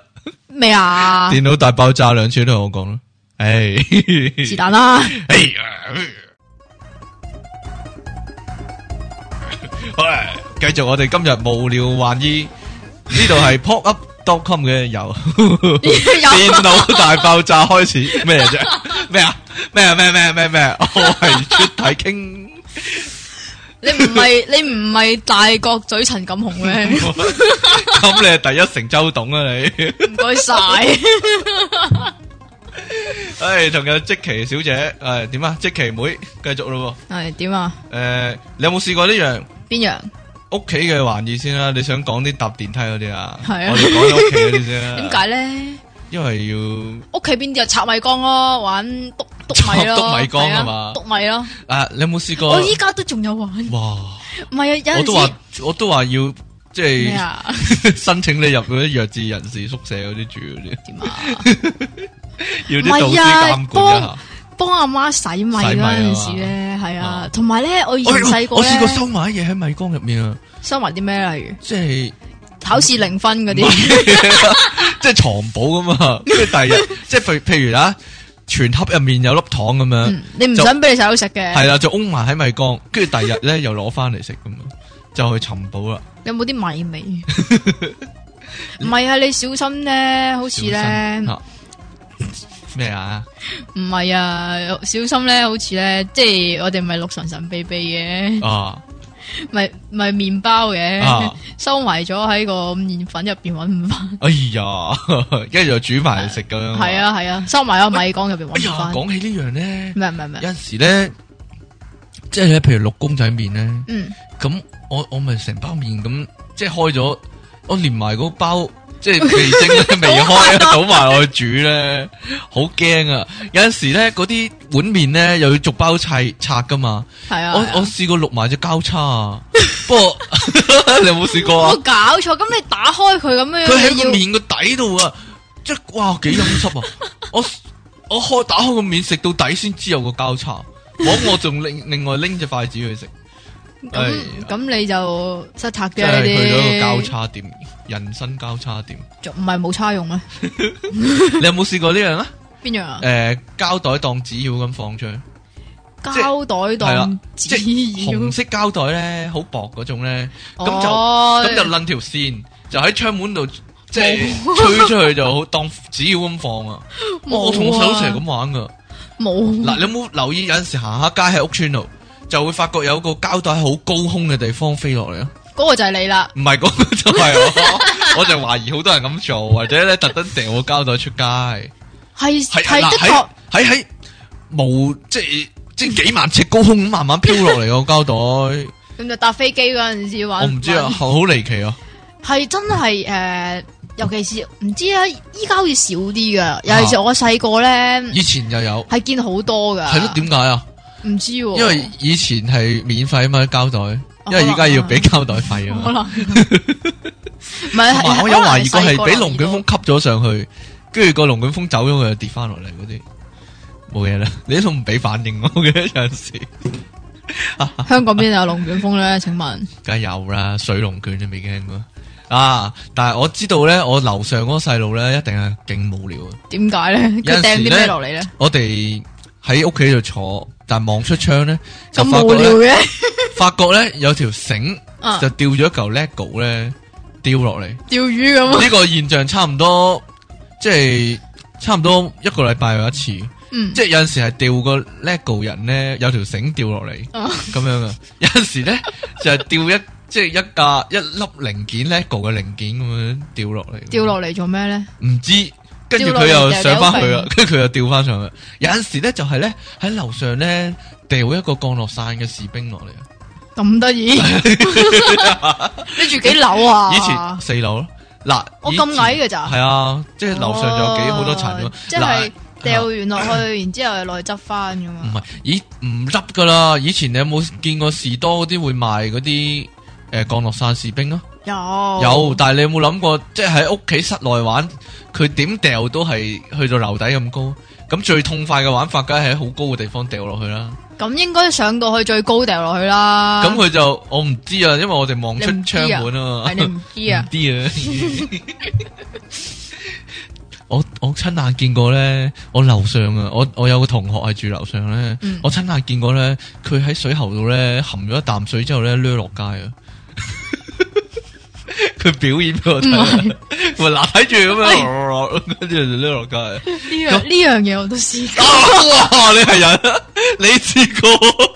Speaker 2: 咩啊？
Speaker 1: 電腦大爆炸兩次都係我講啦，唉，
Speaker 2: 是但啦，
Speaker 1: 哎呀， 好啦，继续我哋今日无聊玩意，呢度系 pop up dot com 嘅由
Speaker 2: Dạ.
Speaker 1: 电
Speaker 2: 有
Speaker 1: 脑大爆炸开始咩啫？咩啊？咩啊？咩咩咩咩？我系出體倾，
Speaker 2: 你唔係 你唔係大角咀陳錦雄咩？
Speaker 1: 咁你系第一成周董啊你？
Speaker 2: 唔該晒，
Speaker 1: 唉，仲有即奇小姐，诶点啊？即奇妹，继续咯
Speaker 2: 係點啊？
Speaker 1: 喎。诶，你有冇試過呢樣？
Speaker 2: 邊樣？
Speaker 1: 屋企嘅玩意先啦，你想講啲搭電梯嗰啲啊？
Speaker 2: 係啊
Speaker 1: 我哋講咗屋企嗰啲先啦。
Speaker 2: 點？解咧？
Speaker 1: 因為要
Speaker 2: 屋企邊就拆米缸咯，玩篤篤米咯，
Speaker 1: 篤米缸
Speaker 2: 係
Speaker 1: 係嘛
Speaker 2: 啊？篤米咯，
Speaker 1: 啊，你有冇試過？
Speaker 2: 我依家都仲有玩，唔
Speaker 1: 哇！
Speaker 2: 係啊，有
Speaker 1: 我都
Speaker 2: 陣時
Speaker 1: 話我都話要即
Speaker 2: 咩
Speaker 1: 係
Speaker 2: 啊？
Speaker 1: 申請你入嗰啲弱智人士宿舍嗰啲住嗰
Speaker 2: 點啊？
Speaker 1: 啲，要
Speaker 2: 唔
Speaker 1: 啲
Speaker 2: 係
Speaker 1: 導師
Speaker 2: 啊
Speaker 1: 監管一下。
Speaker 2: 幫阿媽洗米
Speaker 1: 洗米
Speaker 2: 嗰
Speaker 1: 啊
Speaker 2: 陣時咧，係啊，同埋咧，我以
Speaker 1: 我
Speaker 2: 前細個
Speaker 1: 我試過
Speaker 2: 咧，
Speaker 1: 收埋啲嘢喺米缸入面啊，
Speaker 2: 收埋啲咩？例如
Speaker 1: 即係
Speaker 2: 考試零分嗰啲，
Speaker 1: 即係 藏寶咁 啊。跟住第二日，即係譬如譬如啊，全盒入面有粒糖咁樣。
Speaker 2: 嗯你唔想俾你細佬食嘅，
Speaker 1: 系啦，就拥埋喺米缸，跟住第二日咧又攞翻嚟食咁啊，就去尋寶啦。
Speaker 2: 有冇啲米 味？唔係啊，你小心咧，好似咧，
Speaker 1: 小心嚇咩啊？
Speaker 2: 唔係啊，小心咧，好似咧，即係我哋咪六神神秘秘嘅，
Speaker 1: 啊
Speaker 2: 咪咪麵包嘅
Speaker 1: 啊，
Speaker 2: 收埋咗喺個麵粉入邊揾唔翻，
Speaker 1: 哎呀， 跟住就煮埋嚟食咁樣。
Speaker 2: 係。啊係啊，收埋喺米缸入邊
Speaker 1: 哎
Speaker 2: 揾
Speaker 1: 呀
Speaker 2: 唔，翻，
Speaker 1: 講起呢樣咧，
Speaker 2: 咩咩
Speaker 1: 有
Speaker 2: 咩，
Speaker 1: 阵时咧，即係咧，譬如淥公仔麵咧，
Speaker 2: 嗯，
Speaker 1: 咁我我咪成包麵咁，即係開咗，我連埋嗰包。即係味精咧 未開啊，倒埋落去煮咧，好驚啊！有阵時咧，嗰啲碗麵咧又要逐包砌拆噶嘛，
Speaker 2: 係啊，
Speaker 1: 我
Speaker 2: 係啊
Speaker 1: 我试过录埋只交叉啊，不過 你有冇試過啊
Speaker 2: 我？搞錯，咁你打開佢咁樣，
Speaker 1: 佢喺
Speaker 2: 你
Speaker 1: 個
Speaker 2: 要
Speaker 1: 面個底度啊，即係哇幾陰濕 啊！我我开打開個面食到底先知有個交叉，我我仲另另外拎只筷子去食，哎
Speaker 2: 咁咁你就失策
Speaker 1: 即
Speaker 2: 嘅
Speaker 1: 係
Speaker 2: 呢
Speaker 1: 去到一個交
Speaker 2: 啲，
Speaker 1: 叉點，人生交叉點。
Speaker 2: 仲唔係冇差用咩？ 啊
Speaker 1: 你有冇試過呢樣啊？
Speaker 2: 邊樣啊？
Speaker 1: 诶，胶袋當紙鹞咁放出去，係
Speaker 2: 膠袋
Speaker 1: 係啦
Speaker 2: 當
Speaker 1: 即
Speaker 2: 紙
Speaker 1: 係
Speaker 2: 鹞
Speaker 1: 紅，色膠袋咧，好薄嗰種咧，咁就
Speaker 2: 哦
Speaker 1: 咁就掕條線，就喺窗門度即係吹出去就好當紙鹞咁放啊！我我同
Speaker 2: 冇
Speaker 1: 細
Speaker 2: 啊
Speaker 1: 佬成日咁玩噶。
Speaker 2: 冇
Speaker 1: 嗱，你有冇留意有阵时行下街喺屋村度，就會發覺有個膠袋喺好高空嘅地方飛落嚟啊？
Speaker 2: 嗰個就係你啦。
Speaker 1: 唔係嗰個就係 我，我就懷疑好多人咁做，或者咧特登掉個膠袋出街。
Speaker 2: 係
Speaker 1: 係
Speaker 2: 係
Speaker 1: 嗱
Speaker 2: 的
Speaker 1: 喺
Speaker 2: 確，
Speaker 1: 喺喺無即係即係幾萬尺高空咁慢慢飄落嚟個膠袋，
Speaker 2: 咁就搭飛機嗰陣時玩。
Speaker 1: 我唔知啊，好離奇啊！
Speaker 2: 係真係诶，尤其是唔知啊，依家好似少啲噶。尤其是我細個咧，
Speaker 1: 以前就有，
Speaker 2: 係見好多噶。
Speaker 1: 啊係咯？點解啊？
Speaker 2: 唔知喎，
Speaker 1: 因為以前係免費啊嘛膠袋，因為而家要
Speaker 2: 哦
Speaker 1: 俾膠袋費啊
Speaker 2: 可
Speaker 1: 嘛。
Speaker 2: 能唔係
Speaker 1: 同埋
Speaker 2: 係
Speaker 1: 我有
Speaker 2: 可能
Speaker 1: 懷疑過啊係俾
Speaker 2: 細個
Speaker 1: 龍捲風吸咗上去，跟住個龍捲風走咗佢就跌翻落嚟嗰啲，冇嘢啦。你都唔俾反應我嘅有陣時，
Speaker 2: 香港邊有龍捲風咧？請問
Speaker 1: 梗係有啦，水龍捲都未驚過啊！但係我知道咧，我樓上嗰個細路咧一定係勁無聊啊！
Speaker 2: 點解咧？
Speaker 1: 有陣
Speaker 2: 佢掟
Speaker 1: 時
Speaker 2: 啲
Speaker 1: 咧
Speaker 2: 咩落嚟咧？
Speaker 1: 我哋喺屋企度坐，但望出窗咧就
Speaker 2: 咁
Speaker 1: 發
Speaker 2: 無
Speaker 1: 覺
Speaker 2: 聊
Speaker 1: 咧，
Speaker 2: 嘅，
Speaker 1: 發覺咧有條繩
Speaker 2: 啊
Speaker 1: 就掉咗一嚿 lego 咧掉落嚟。
Speaker 2: 釣魚咁啊，
Speaker 1: 呢個現象差唔多，即係差唔多一個禮拜有一次，即
Speaker 2: 嗯，
Speaker 1: 係有阵时系掉個 lego 人咧有條繩掉落嚟
Speaker 2: 啊
Speaker 1: 咁樣噶， 有阵时咧就係掉一即係一架一粒零件 lego 嘅零件咁樣掉落嚟，
Speaker 2: 掉落嚟做咩咧？
Speaker 1: 唔知，跟住佢又上翻去啦，跟住佢又掉翻上去。有阵时咧就係咧喺樓上咧掉一個降落傘嘅士兵落嚟，
Speaker 2: 咁 得意， 你住幾樓啊？
Speaker 1: 以前四樓咯，嗱，
Speaker 2: 我咁矮嘅咋
Speaker 1: 系啊，即係樓上就有幾好多層咯
Speaker 2: 哦，即係掉完落去，然之後又落去執翻咁
Speaker 1: 唔
Speaker 2: 嘛。
Speaker 1: 係，咦唔笠噶啦！以前你有冇見過士多嗰啲會賣嗰啲诶降落傘士兵啊？
Speaker 2: 有
Speaker 1: 有，但係你有冇諗過，即係喺屋企室內玩，佢點掉都係去到樓底咁高。咁最痛快嘅玩法，梗係喺好高嘅地方掉落去啦。
Speaker 2: 咁應該上到去最高掉落去啦。
Speaker 1: 咁佢就我唔知啊，因為我哋望出
Speaker 2: 啊你唔知
Speaker 1: 窗
Speaker 2: 啊
Speaker 1: 門啊嘛
Speaker 2: 係。你唔知 啊
Speaker 1: 唔？知啊。我我亲眼見過咧，我樓上啊，我我有個同學係住樓上咧，
Speaker 2: 嗯
Speaker 1: 我親眼見過咧，佢喺水喉度咧含咗一啖水之後咧，掠落街啊！ 佢表演俾我睇啊，咪嗱睇住咁樣， 跟住就掠落街啊。
Speaker 2: 呢樣呢樣嘢我都試過。
Speaker 1: 哇！你係人啊，你試過？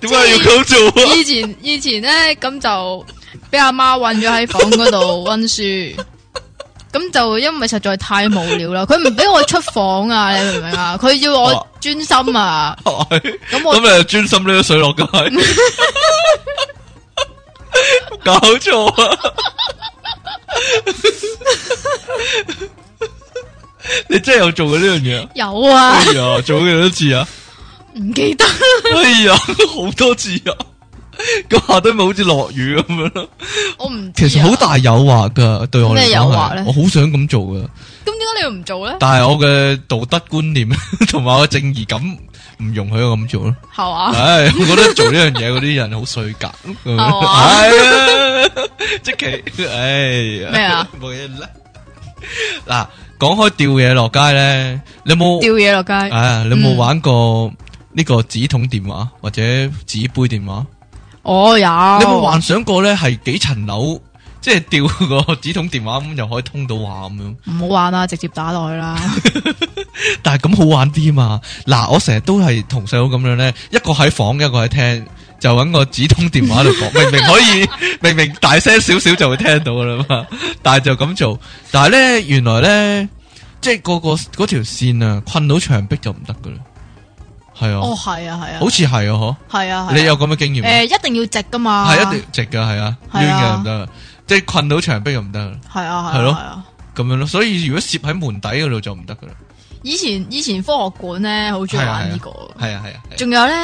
Speaker 1: 點解要咁做啊？
Speaker 2: 以前以前咧，咁就俾阿媽韞咗喺房嗰度温書，咁就因為實在太無聊啦，佢唔俾我出房啊，你明唔明啊？佢要
Speaker 1: 哇
Speaker 2: 我專心啊，咁我
Speaker 1: 咁你就專心呢個水 落街，搞錯 啊！你真係有做過呢樣嘢啊？
Speaker 2: 有啊
Speaker 1: 哎，呀，做咗幾多次啊？
Speaker 2: 唔記得
Speaker 1: 哎呀，好多次啊！咁下低咪好似落雨咁樣咯。
Speaker 2: 我唔知啊
Speaker 1: 其實好大誘惑噶，對我嚟
Speaker 2: 咩誘
Speaker 1: 講
Speaker 2: 惑
Speaker 1: 係
Speaker 2: 呢
Speaker 1: 我好想咁做噶，
Speaker 2: 咁點解你要唔做咧？
Speaker 1: 但係我嘅道德觀念 同埋我嘅正義感唔容許我咁做咯。
Speaker 2: 係 嘛？
Speaker 1: 唉，我覺得做呢樣嘢嗰啲人好衰 格，係
Speaker 2: 嘛
Speaker 1: 啊，即其唉呀
Speaker 2: 咩啊？
Speaker 1: 冇嘢啦。嗱，講開掉嘢落街咧，你有
Speaker 2: 掉
Speaker 1: 冇
Speaker 2: 嘢落街，
Speaker 1: 啊？你有冇
Speaker 2: 嗯
Speaker 1: 玩過呢個紙筒電話或者紙杯電話？
Speaker 2: 哦我有。
Speaker 1: 你有冇幻想過咧？係幾層樓，即係掉個 紙筒電話咁，又可以通到話咁樣？
Speaker 2: 唔好玩啦，直接打落去 啦。
Speaker 1: 但係咁好玩啲嘛？嗱，我成日都係同細佬咁樣咧，一個喺房，一個喺廳，就揾個紙筒電話嚟 講，明明可以，明明大聲少少就會聽到噶啦嘛，但係就咁做。但係咧，原來咧，即係個個嗰條線啊，困到牆壁就唔得噶啦，係啊，
Speaker 2: 哦，係啊，係啊
Speaker 1: 好，似係啊，
Speaker 2: 係啊，係啊
Speaker 1: 嗬，你有咁嘅經驗啊？
Speaker 2: 诶，一定要直噶嘛？
Speaker 1: 係一定直噶，係啊，
Speaker 2: 係
Speaker 1: 攣
Speaker 2: 啊
Speaker 1: 嘅唔得啊，即係困到牆壁就唔得啦，
Speaker 2: 係啊，係
Speaker 1: 係咯
Speaker 2: 啊，係啊。
Speaker 1: 咁樣咯。所以如果攝喺門底嗰度就唔得噶啦，
Speaker 2: 以前以前科學館咧，好中意玩呢個。
Speaker 1: 係啊係啊，係啊
Speaker 2: 仲有咧，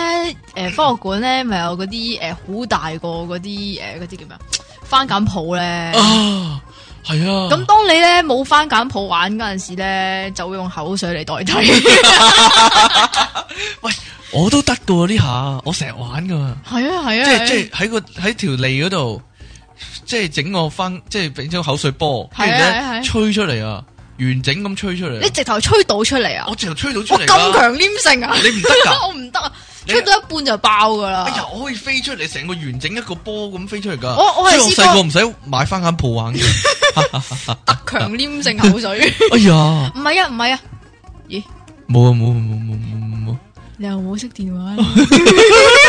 Speaker 2: 诶、科學館咧，咪有嗰啲诶好大個嗰啲诶嗰啲叫咩啊翻簡譜咧，
Speaker 1: 啊，系啊，
Speaker 2: 咁當你咧冇翻簡譜玩嗰陣時咧，就會用口水嚟 代替。
Speaker 1: 我都得噶喎呢下，我成日玩噶，
Speaker 2: 係啊係
Speaker 1: 即
Speaker 2: 啊，
Speaker 1: 系即系喺个喺条脷嗰度，即系整個翻，即系整咗口水波，
Speaker 2: 係
Speaker 1: 跟
Speaker 2: 啊
Speaker 1: 住
Speaker 2: 係啊係
Speaker 1: 咧
Speaker 2: 啊
Speaker 1: 吹出嚟啊，完整咁吹出嚟
Speaker 2: 你
Speaker 1: 啊，
Speaker 2: 直頭吹到出嚟啊
Speaker 1: 我！直頭吹到出
Speaker 2: 我
Speaker 1: 嚟
Speaker 2: 咁
Speaker 1: 啦，
Speaker 2: 強黏性啊！
Speaker 1: 你唔得噶，
Speaker 2: 我唔得啊，
Speaker 1: 你
Speaker 2: 吹到一半就爆噶
Speaker 1: 哎呀
Speaker 2: 啦。，
Speaker 1: 我可以飛出嚟，成個完整一個波咁飛出嚟噶，
Speaker 2: 我我係
Speaker 1: 所以我
Speaker 2: 試過
Speaker 1: 細個唔使買翻間鋪玩嘅，
Speaker 2: 特強黏性口水。
Speaker 1: 哎呀，
Speaker 2: 唔係啊唔係啊，咦？
Speaker 1: 冇啊冇啊冇冇冇冇冇。
Speaker 2: 你又冇熄電話？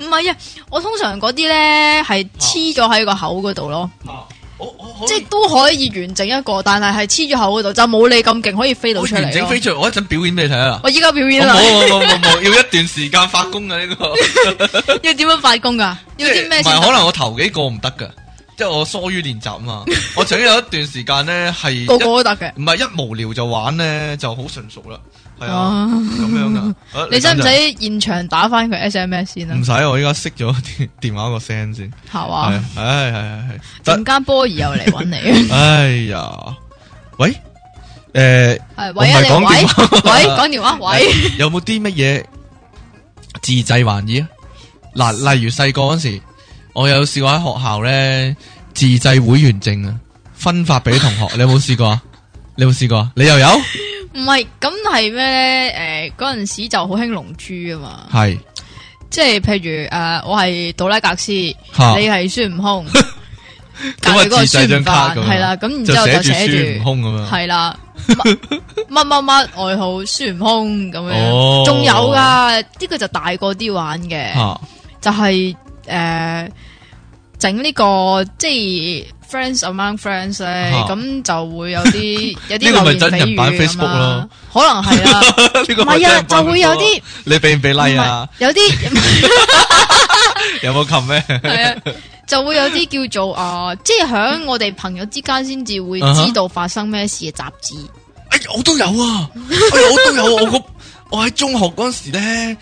Speaker 2: 唔係啊，我通常嗰啲咧係黐咗喺個口嗰度咯，
Speaker 1: 啊我我可以
Speaker 2: 即係都可以完整一個，但係係黐咗口嗰度，就冇你咁勁可以飛到
Speaker 1: 我
Speaker 2: 出嚟
Speaker 1: 完整
Speaker 2: 咯
Speaker 1: 飛出嚟，我一陣表演俾你睇啊！
Speaker 2: 我依家表
Speaker 1: 我
Speaker 2: 演啦，
Speaker 1: 冇冇冇冇，要一段時間發功啊！呢個
Speaker 2: 要點樣發功噶？要啲咩
Speaker 1: 唔係
Speaker 2: 先
Speaker 1: 可
Speaker 2: 得？
Speaker 1: 能我頭幾個唔得噶，即係我疏於練習啊 嘛。我曾經有一段時間咧係一
Speaker 2: 個個都得嘅。
Speaker 1: 唔係一無聊就玩咧，就好純熟啦。係啊，
Speaker 2: 哦
Speaker 1: 咁樣 噶。啊
Speaker 2: 你使唔
Speaker 1: 等陣
Speaker 2: 使現場打翻佢 SMS 先啊
Speaker 1: 唔？使，我依家熄咗電電話個聲先。
Speaker 2: 係
Speaker 1: 嗯係啊
Speaker 2: 嘛？
Speaker 1: 係係係
Speaker 2: 陣
Speaker 1: 得。
Speaker 2: 間波兒又嚟揾你，
Speaker 1: 哎呀，喂，誒。
Speaker 2: 係
Speaker 1: 我唔
Speaker 2: 喂啊
Speaker 1: 係
Speaker 2: 你
Speaker 1: 講電話
Speaker 2: 喂喂講電話喂，
Speaker 1: 哎有冇啲乜嘢自制玩意啊？ 嗱，例如細個嗰時，我有試過喺學校咧自制會員證啊，分發俾同學。你有冇試過啊？ 你有冇試過啊？你又有？
Speaker 2: 唔係咁係咩咧？誒嗰陣時就好興龍珠啊嘛，
Speaker 1: 係
Speaker 2: 即係譬如誒我係杜拉格斯，你
Speaker 1: 吓，
Speaker 2: 係孫悟空，隔
Speaker 1: 咁
Speaker 2: 離嗰
Speaker 1: 啊
Speaker 2: 個
Speaker 1: 自制
Speaker 2: 孫
Speaker 1: 張
Speaker 2: 悟
Speaker 1: 卡
Speaker 2: 飯
Speaker 1: 咁樣
Speaker 2: 係啦，咁然
Speaker 1: 就
Speaker 2: 之後
Speaker 1: 寫
Speaker 2: 就
Speaker 1: 住
Speaker 2: 寫
Speaker 1: 孫悟
Speaker 2: 住。
Speaker 1: 空啊咁樣。
Speaker 2: 系 啦，乜乜乜乜外號孫悟空咁
Speaker 1: 哦
Speaker 2: 樣，仲有噶呢個就大個啲玩嘅，
Speaker 1: 吓
Speaker 2: 就係诶整呢個即係 friends among friends 咧，
Speaker 1: 嚇
Speaker 2: 咁就會有啲有啲
Speaker 1: 呢個
Speaker 2: 流
Speaker 1: 咪
Speaker 2: 言
Speaker 1: 真人版
Speaker 2: 蜚語咁
Speaker 1: Facebook 咯
Speaker 2: 啦，可能係啊啦，
Speaker 1: 呢
Speaker 2: 唔
Speaker 1: 個咪
Speaker 2: 係
Speaker 1: 真
Speaker 2: 啊，
Speaker 1: 係
Speaker 2: 就會有啲
Speaker 1: 你俾唔俾
Speaker 2: 唔
Speaker 1: like
Speaker 2: 係
Speaker 1: 啊？
Speaker 2: 有啲
Speaker 1: 有冇撳咩？
Speaker 2: 係啊。 就會有啲叫做啊、即係喺我哋朋友之間先至會
Speaker 1: 啊哈
Speaker 2: 知道發生咩事嘅雜誌，
Speaker 1: 哎，我都有 啊，哎，我都有啊，我個我喺中學嗰陣時咧，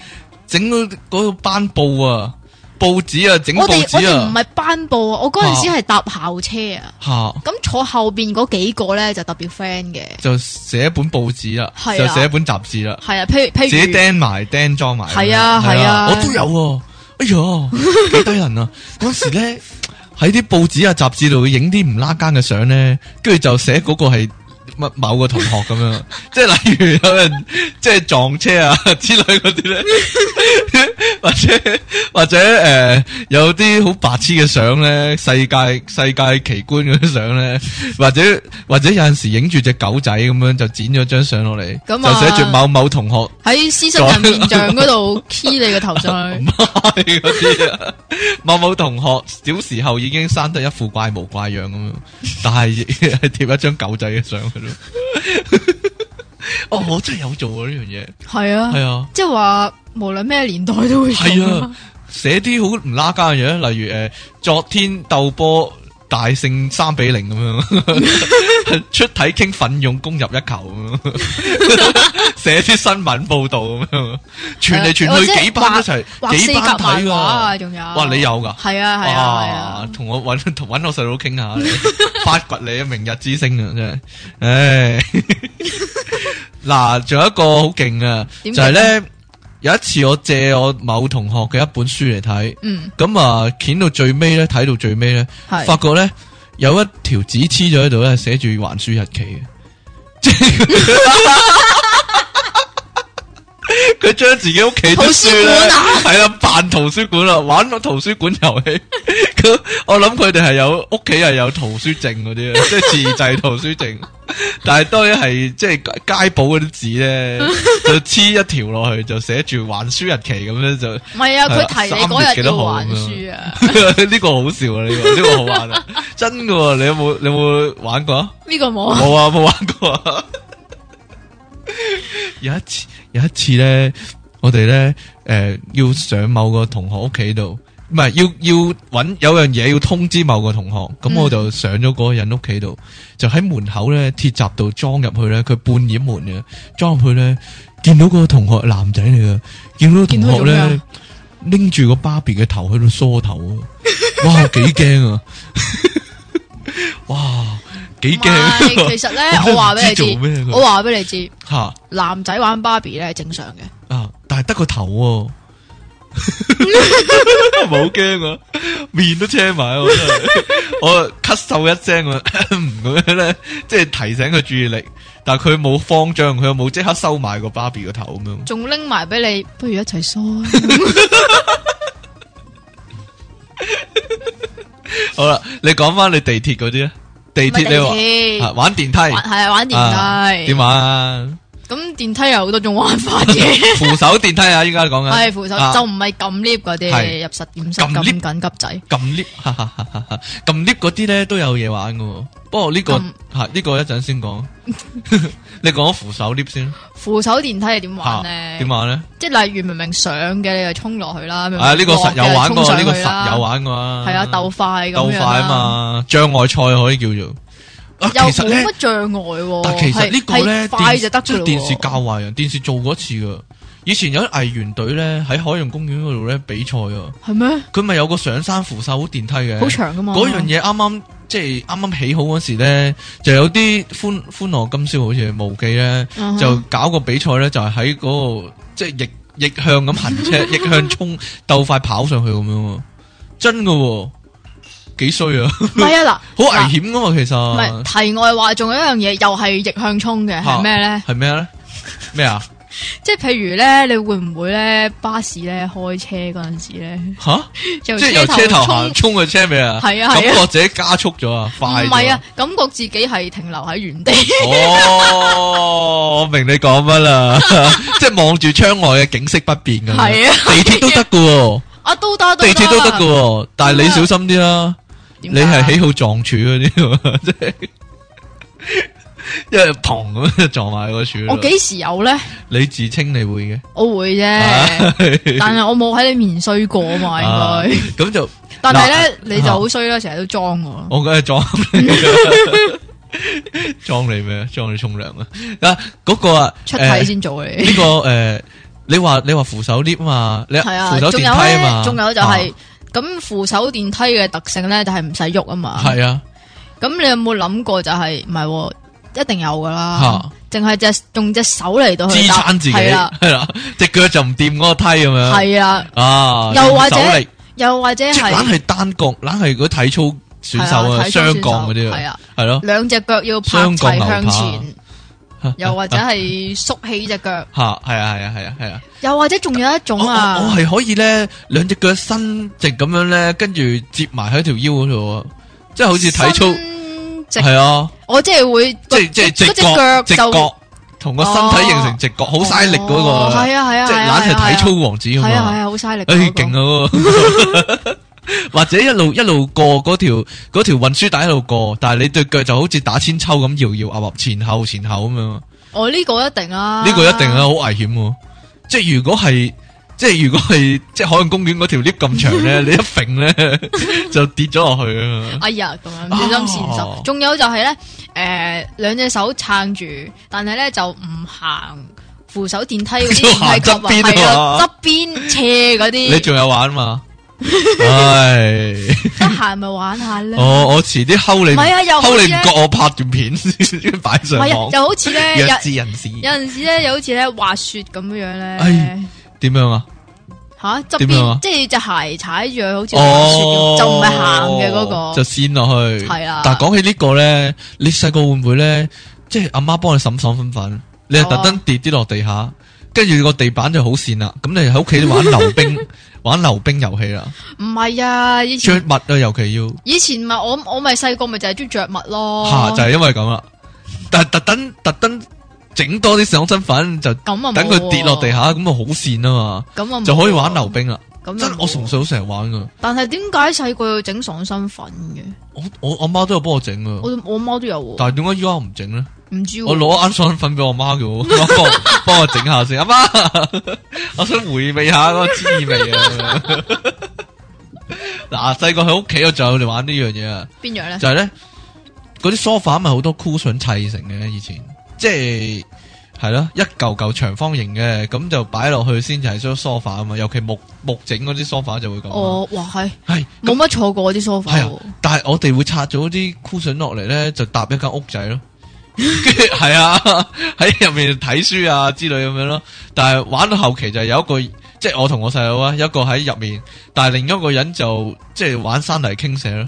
Speaker 1: 整嗰嗰個班布啊，報紙啊，整
Speaker 2: 我哋
Speaker 1: 報
Speaker 2: 我
Speaker 1: 紙
Speaker 2: 哋唔
Speaker 1: 啊，
Speaker 2: 係班報啊，我嗰陣時係搭校車啊。
Speaker 1: 吓
Speaker 2: 咁坐後邊嗰幾個咧就特別 friend 嘅，
Speaker 1: 就寫一本報紙啦，
Speaker 2: 係
Speaker 1: 就
Speaker 2: 啊
Speaker 1: 寫一本雜誌啦，
Speaker 2: 係啊，譬如譬
Speaker 1: 自己
Speaker 2: 如
Speaker 1: 釘埋釘裝埋，
Speaker 2: 係啊
Speaker 1: 係
Speaker 2: 係啊
Speaker 1: 我都有啊，哎 呀，幾低人啊！嗰時咧喺啲報紙啊雜誌度影啲唔拉更嘅相咧，跟住就寫嗰個係。乜某個同學咁樣， 即係例如有人即係撞車啊之類嗰啲咧， 或者或者誒、呃有啲好白痴嘅相咧，世界世界奇觀嗰啲相咧，或者或者有陣時影住只狗仔咁樣就剪咗張相落嚟，
Speaker 2: 咁啊
Speaker 1: 就寫住某某同學
Speaker 2: 喺獅身人面像 嗰度 key 你個頭上去，
Speaker 1: 唔係嗰啲啊，某某同學小時候已經生得一副怪模怪樣咁樣，但係 亦係貼一張狗仔嘅相佢咯。 哦，我真係有做啊呢樣嘢，
Speaker 2: 係啊，
Speaker 1: 係啊，
Speaker 2: 即係話無論咩年代都會做
Speaker 1: 係啊，，寫啲好唔拉更嘅嘢，例如诶、呃昨天鬥波大勝三比零咁樣， 出體傾奮勇攻入一球咁樣， 寫啲新聞報導咁樣，傳嚟
Speaker 2: 或
Speaker 1: 傳
Speaker 2: 者
Speaker 1: 去幾班一齊，
Speaker 2: 畫四
Speaker 1: 幾班
Speaker 2: 格漫
Speaker 1: 睇
Speaker 2: 畫
Speaker 1: 噶
Speaker 2: 啊，。仲有，
Speaker 1: 哇！你有㗎？
Speaker 2: 係啊係啊係
Speaker 1: 哇
Speaker 2: 啊！，
Speaker 1: 同我搵同搵我細佬傾下，你發掘你嘅明日之星啊，真係，唉， 嗱，仲有一個好勁啊，就
Speaker 2: 點勁啊
Speaker 1: 係咧，有一次我借我某同學嘅一本書嚟睇，
Speaker 2: 嗯，
Speaker 1: 咁啊，掀到最尾咧，睇到最尾咧，
Speaker 2: 係
Speaker 1: 發覺咧有一條紙黐咗喺度咧，寫住還書日期嘅， 即係佢將自己屋企啲書
Speaker 2: 圖書
Speaker 1: 咧
Speaker 2: 館啊，
Speaker 1: 係啦，扮圖書館啦，玩個圖書館遊戲。佢我諗佢哋係有屋企係有圖書證嗰 啲啊，即係自製圖書證。但係當然係即係街簿嗰啲紙咧，就黐一條落去，就寫住還書日期咁樣就。
Speaker 2: 唔
Speaker 1: 係
Speaker 2: 係啊，
Speaker 1: 啊
Speaker 2: 佢提你嗰
Speaker 1: 三月幾
Speaker 2: 日
Speaker 1: 多
Speaker 2: 要
Speaker 1: 號
Speaker 2: 還
Speaker 1: 咁樣
Speaker 2: 書啊，
Speaker 1: 呢個好笑啊！呢、個呢、個好玩啊！真噶、喎，你有冇你有冇玩過啊？
Speaker 2: 呢個冇啊，
Speaker 1: 冇啊，冇玩過啊！ 有一次有一次咧，我哋咧诶要上某個同學屋企度，唔係要要揾有樣嘢要通知某個同學，咁
Speaker 2: 嗯
Speaker 1: 我就上咗嗰個人屋企度，就喺門口咧鐵閘度裝入去咧，佢半掩門嘅，裝入去咧見到個同學男仔嚟嘅，見到個同學
Speaker 2: 見到做咩
Speaker 1: 咧
Speaker 2: 啊
Speaker 1: 拎住個芭比嘅頭喺度梳頭啊！哇，幾驚啊！哇，幾
Speaker 2: 唔 係
Speaker 1: 驚啊
Speaker 2: 其實咧，我話俾
Speaker 1: 我都唔
Speaker 2: 你
Speaker 1: 知做咩
Speaker 2: 知，
Speaker 1: 佢
Speaker 2: 我話俾你知，
Speaker 1: 吓
Speaker 2: 男仔玩芭比咧係正常嘅。
Speaker 1: 啊！但係得個頭喎，唔係 好驚啊，面都青埋啊，我真 係我咳嗽一聲啊 咁樣咧，即係提醒佢注意力，但係佢冇慌張，佢又冇即刻收埋個芭比個頭咁樣。
Speaker 2: 仲拎埋俾你，不如一齊梳啊。
Speaker 1: 好啦，你講翻你地鐵嗰啲啊，地鐵
Speaker 2: 唔 係
Speaker 1: 你
Speaker 2: 地鐵
Speaker 1: 話啊玩電梯，
Speaker 2: 玩系玩电
Speaker 1: 啊
Speaker 2: 梯
Speaker 1: 點，玩啊？
Speaker 2: 咁電梯有好多種玩法 嘅，
Speaker 1: 扶手電梯啊，依家講緊
Speaker 2: 係扶手
Speaker 1: 啊
Speaker 2: 就唔係撳 lift 嗰
Speaker 1: 係
Speaker 2: 啲，入實驗室
Speaker 1: 撳
Speaker 2: 撳
Speaker 1: lift
Speaker 2: 緊急仔。
Speaker 1: 揿 lift，哈哈哈哈哈揿 lift 嗰啲咧都有嘢玩噶。不過呢、個
Speaker 2: 撳
Speaker 1: 吓呢個一陣先 講，你講扶手 lift 先
Speaker 2: 扶手電梯係點
Speaker 1: 吓
Speaker 2: 玩咧？
Speaker 1: 點玩咧？
Speaker 2: 即係例如明明上嘅你就衝落去啦，明明
Speaker 1: 啊呢個
Speaker 2: 落
Speaker 1: 實
Speaker 2: 嘅
Speaker 1: 有玩
Speaker 2: 衝
Speaker 1: 過，
Speaker 2: 上
Speaker 1: 呢個
Speaker 2: 去啦
Speaker 1: 實有，玩過啊。
Speaker 2: 係啊鬥快咁
Speaker 1: 鬥快
Speaker 2: 樣
Speaker 1: 啊，
Speaker 2: 啦
Speaker 1: 嘛，障礙賽可以叫做。啊
Speaker 2: 又
Speaker 1: 其實
Speaker 2: 冇
Speaker 1: 咧
Speaker 2: 乜，障礙喎。
Speaker 1: 但其實呢個
Speaker 2: 係
Speaker 1: 咧，
Speaker 2: 係快就得
Speaker 1: 電即係
Speaker 2: 㗎
Speaker 1: 電視
Speaker 2: 喎。
Speaker 1: 教壞人，電視做過一次噶。以前有啲藝員隊咧喺海洋公園嗰度咧比賽啊，
Speaker 2: 係咩？
Speaker 1: 佢咪有個上山扶手電梯嘅，
Speaker 2: 好長㗎嘛。
Speaker 1: 嗰樣嘢啱啱即係啱啱起好嗰時咧，就有啲歡歡樂今宵好似係無記咧，
Speaker 2: 嗯哼
Speaker 1: 就搞個比賽咧，就係喺嗰個即係逆逆向咁行 車，逆向衝鬥快跑上去咁樣喎，真噶、喎，幾衰啊，
Speaker 2: 唔係啊
Speaker 1: 好
Speaker 2: 嗱，
Speaker 1: 危險啊噶嘛，其
Speaker 2: 嗱。唔係
Speaker 1: 實
Speaker 2: 題外話，仲有一樣嘢又係逆向衝嘅，係咩咧？
Speaker 1: 係咩咧？咩 啊？
Speaker 2: 即係譬如咧，你會唔會咧巴士咧開車嗰陣時咧，
Speaker 1: 吓，
Speaker 2: 即
Speaker 1: 即係由車
Speaker 2: 車
Speaker 1: 頭
Speaker 2: 頭
Speaker 1: 行
Speaker 2: 衝？
Speaker 1: 衝去車尾啊？
Speaker 2: 係啊係啊
Speaker 1: 感覺自己加速咗啊，快
Speaker 2: 唔
Speaker 1: 咗
Speaker 2: 係啊！，感覺自己係停留喺 原地，
Speaker 1: 哦，我明你講乜 啦，即係望住窗外嘅景色不變噶。
Speaker 2: 係啊
Speaker 1: 地鐵都得噶，
Speaker 2: 啊都得，
Speaker 1: 地鐵都得噶，但係你
Speaker 2: 點啊
Speaker 1: 小心啲啦，
Speaker 2: 點
Speaker 1: 你
Speaker 2: 解啊
Speaker 1: 係喜好撞柱嗰啲， 即係因為砰咁就撞埋個柱啦。
Speaker 2: 我幾時有咧？
Speaker 1: 你自稱你會嘅，
Speaker 2: 我會啫， 但係我冇喺你面衰過嘛，
Speaker 1: 啊
Speaker 2: 應
Speaker 1: 咁就
Speaker 2: 該。但係咧，
Speaker 1: 嗱啊
Speaker 2: 你就好衰啦，成日都裝我咯。
Speaker 1: 我梗係裝你 啦，裝你咩？裝你沖涼啊！嗱，嗰個啊，
Speaker 2: 出
Speaker 1: 誒
Speaker 2: 體先做你。
Speaker 1: 呢、個誒、呃你話你話扶手 lift 嘛，你
Speaker 2: 係啊，
Speaker 1: 扶手電
Speaker 2: 仲
Speaker 1: 梯
Speaker 2: 有
Speaker 1: 啊
Speaker 2: 咧
Speaker 1: 嘛，，
Speaker 2: 仲有就係
Speaker 1: 啊
Speaker 2: 咁扶手電梯嘅特性咧，就係唔使喐啊嘛。
Speaker 1: 係啊，
Speaker 2: 咁你有冇諗過就係唔係喎？一定有噶啦
Speaker 1: 嚇，
Speaker 2: 淨係隻用隻手嚟到
Speaker 1: 支
Speaker 2: 去搭
Speaker 1: 撐自己
Speaker 2: 係啦，
Speaker 1: 係啦，只腳就唔掂嗰個梯咁樣，
Speaker 2: 係啊，
Speaker 1: 啊，
Speaker 2: 又或者
Speaker 1: 用手力
Speaker 2: 又或者
Speaker 1: 即係
Speaker 2: 係
Speaker 1: 懶係單槓，懶係嗰啲體操選手
Speaker 2: 係
Speaker 1: 啊，雙
Speaker 2: 體操選手
Speaker 1: 槓嗰啲
Speaker 2: 係
Speaker 1: 啊，
Speaker 2: 啊，
Speaker 1: 係咯，
Speaker 2: 兩隻腳要拍
Speaker 1: 雙槓
Speaker 2: 齊
Speaker 1: 牛
Speaker 2: 向
Speaker 1: 扒啊
Speaker 2: 前，又或者係縮起只腳，
Speaker 1: 嚇係啊係啊係啊係啊，
Speaker 2: 又或者仲有一
Speaker 1: 我
Speaker 2: 種
Speaker 1: 我我
Speaker 2: 啊，
Speaker 1: 係可以咧兩隻腳伸直咁樣咧，跟住接埋喺條腰嗰度啊，即係好似體操
Speaker 2: 伸直，
Speaker 1: 係啊。
Speaker 2: 我即係會
Speaker 1: 即係即係直
Speaker 2: 嗰隻
Speaker 1: 角，
Speaker 2: 腳
Speaker 1: 直
Speaker 2: 就
Speaker 1: 角同個身體形成直角，好嘥力嗰
Speaker 2: 哦
Speaker 1: 個，
Speaker 2: 係啊係啊，
Speaker 1: 即係懶
Speaker 2: 係啊
Speaker 1: 係體，操王子咁
Speaker 2: 係啊係啊係
Speaker 1: 嘛，
Speaker 2: 啊，好嘥力
Speaker 1: 唉
Speaker 2: 嗰個，
Speaker 1: 勁啊嗰 個！或者一路一路過嗰條嗰條運輸帶一路過，但係你對腳就好似打千秋咁搖搖岌岌前後前後咁樣，
Speaker 2: 啊
Speaker 1: 呢
Speaker 2: 我哦呢個一定啊，
Speaker 1: 個一定啊，好危險喎！即係如果係 即係如果係即係海洋公園嗰條 lift 咁長 咧，你一揈咧 就跌咗落去啊嘛！
Speaker 2: 哎呀，咁樣小心善
Speaker 1: 哦
Speaker 2: 手。仲有就係咧，誒兩隻手撐住，但係咧就唔行扶手電梯嗰
Speaker 1: 就
Speaker 2: 啲，
Speaker 1: 行
Speaker 2: 係
Speaker 1: 側邊
Speaker 2: 係
Speaker 1: 啊
Speaker 2: 啊，側邊斜嗰
Speaker 1: 你
Speaker 2: 啲，
Speaker 1: 仲有玩嘛？唉。
Speaker 2: 得閒咪玩下咧。
Speaker 1: 哦，我遲啲睺你，
Speaker 2: 唔係啊又好
Speaker 1: 睺你唔
Speaker 2: 似
Speaker 1: 覺我拍段片 先擺上
Speaker 2: 唔係
Speaker 1: 網
Speaker 2: 啊，，就好似咧
Speaker 1: 弱
Speaker 2: 有
Speaker 1: 智人士
Speaker 2: 有陣時咧，又好似咧滑雪咁樣樣
Speaker 1: 哎
Speaker 2: 咧，
Speaker 1: 點樣啊？
Speaker 2: 吓側
Speaker 1: 點樣啊
Speaker 2: 邊即係隻鞋踩住佢，好似滑雪
Speaker 1: 哦
Speaker 2: 咁，，就唔係行嘅嗰個
Speaker 1: 就。跣落去。
Speaker 2: 係啊啦
Speaker 1: 但係講起呢個咧，你細個會唔會咧，即係阿媽幫你審審粉粉，你係
Speaker 2: 哦
Speaker 1: 特登跌啲落地下，跟住個地板就好跣啦。咁你喺屋企玩溜冰， 玩溜冰遊戲啦，
Speaker 2: 唔係啊，以
Speaker 1: 着
Speaker 2: 前
Speaker 1: 襪啊，尤其要
Speaker 2: 以前咪我我咪細個咪就係中意着襪
Speaker 1: 吓，
Speaker 2: 咯
Speaker 1: 就，係因為咁啦。但係特登特登整多啲上身粉，就
Speaker 2: 咁啊
Speaker 1: 等佢跌落地
Speaker 2: 下，
Speaker 1: 下，咁啊好跣啊嘛，
Speaker 2: 咁啊
Speaker 1: 就可以玩溜
Speaker 2: 流。
Speaker 1: 冰啦。
Speaker 2: 啊咁
Speaker 1: 真
Speaker 2: 又
Speaker 1: 我
Speaker 2: 冇
Speaker 1: 從細好成日玩噶，
Speaker 2: 但系點解細個要整爽身粉嘅？
Speaker 1: 我我我媽都有幫我整噶，
Speaker 2: 我我媽都有喎，
Speaker 1: 但係點解依家唔整咧？
Speaker 2: 唔知喎
Speaker 1: 我攞啱爽粉俾我媽嘅， 我媽幫我幫我整下先，阿媽， 我想回味下嗰個滋味啊！ 嗱，細個喺屋企我就有玩呢樣嘢啊，
Speaker 2: 邊樣咧？
Speaker 1: 就係咧嗰啲梳化咪好多 cushion 砌成嘅，以前即係系咯，一嚿嚿長方形嘅，咁就擺落去先至係張 sofa 啊嘛，尤其木木整嗰啲 sofa 就會咁。
Speaker 2: 哦，哇系，
Speaker 1: 係，咁
Speaker 2: 冇乜坐過啲 sofa
Speaker 1: 係
Speaker 2: 喎
Speaker 1: 啊，但係我哋會拆咗啲 cushion 落嚟咧，就搭一間屋仔 咯。跟住係啊，喺入面睇書啊之類咁樣咯。但係玩到後期就有一個，即係我同我細佬啊，有一個喺入面，但係另一個人就即係玩山泥傾瀉咯。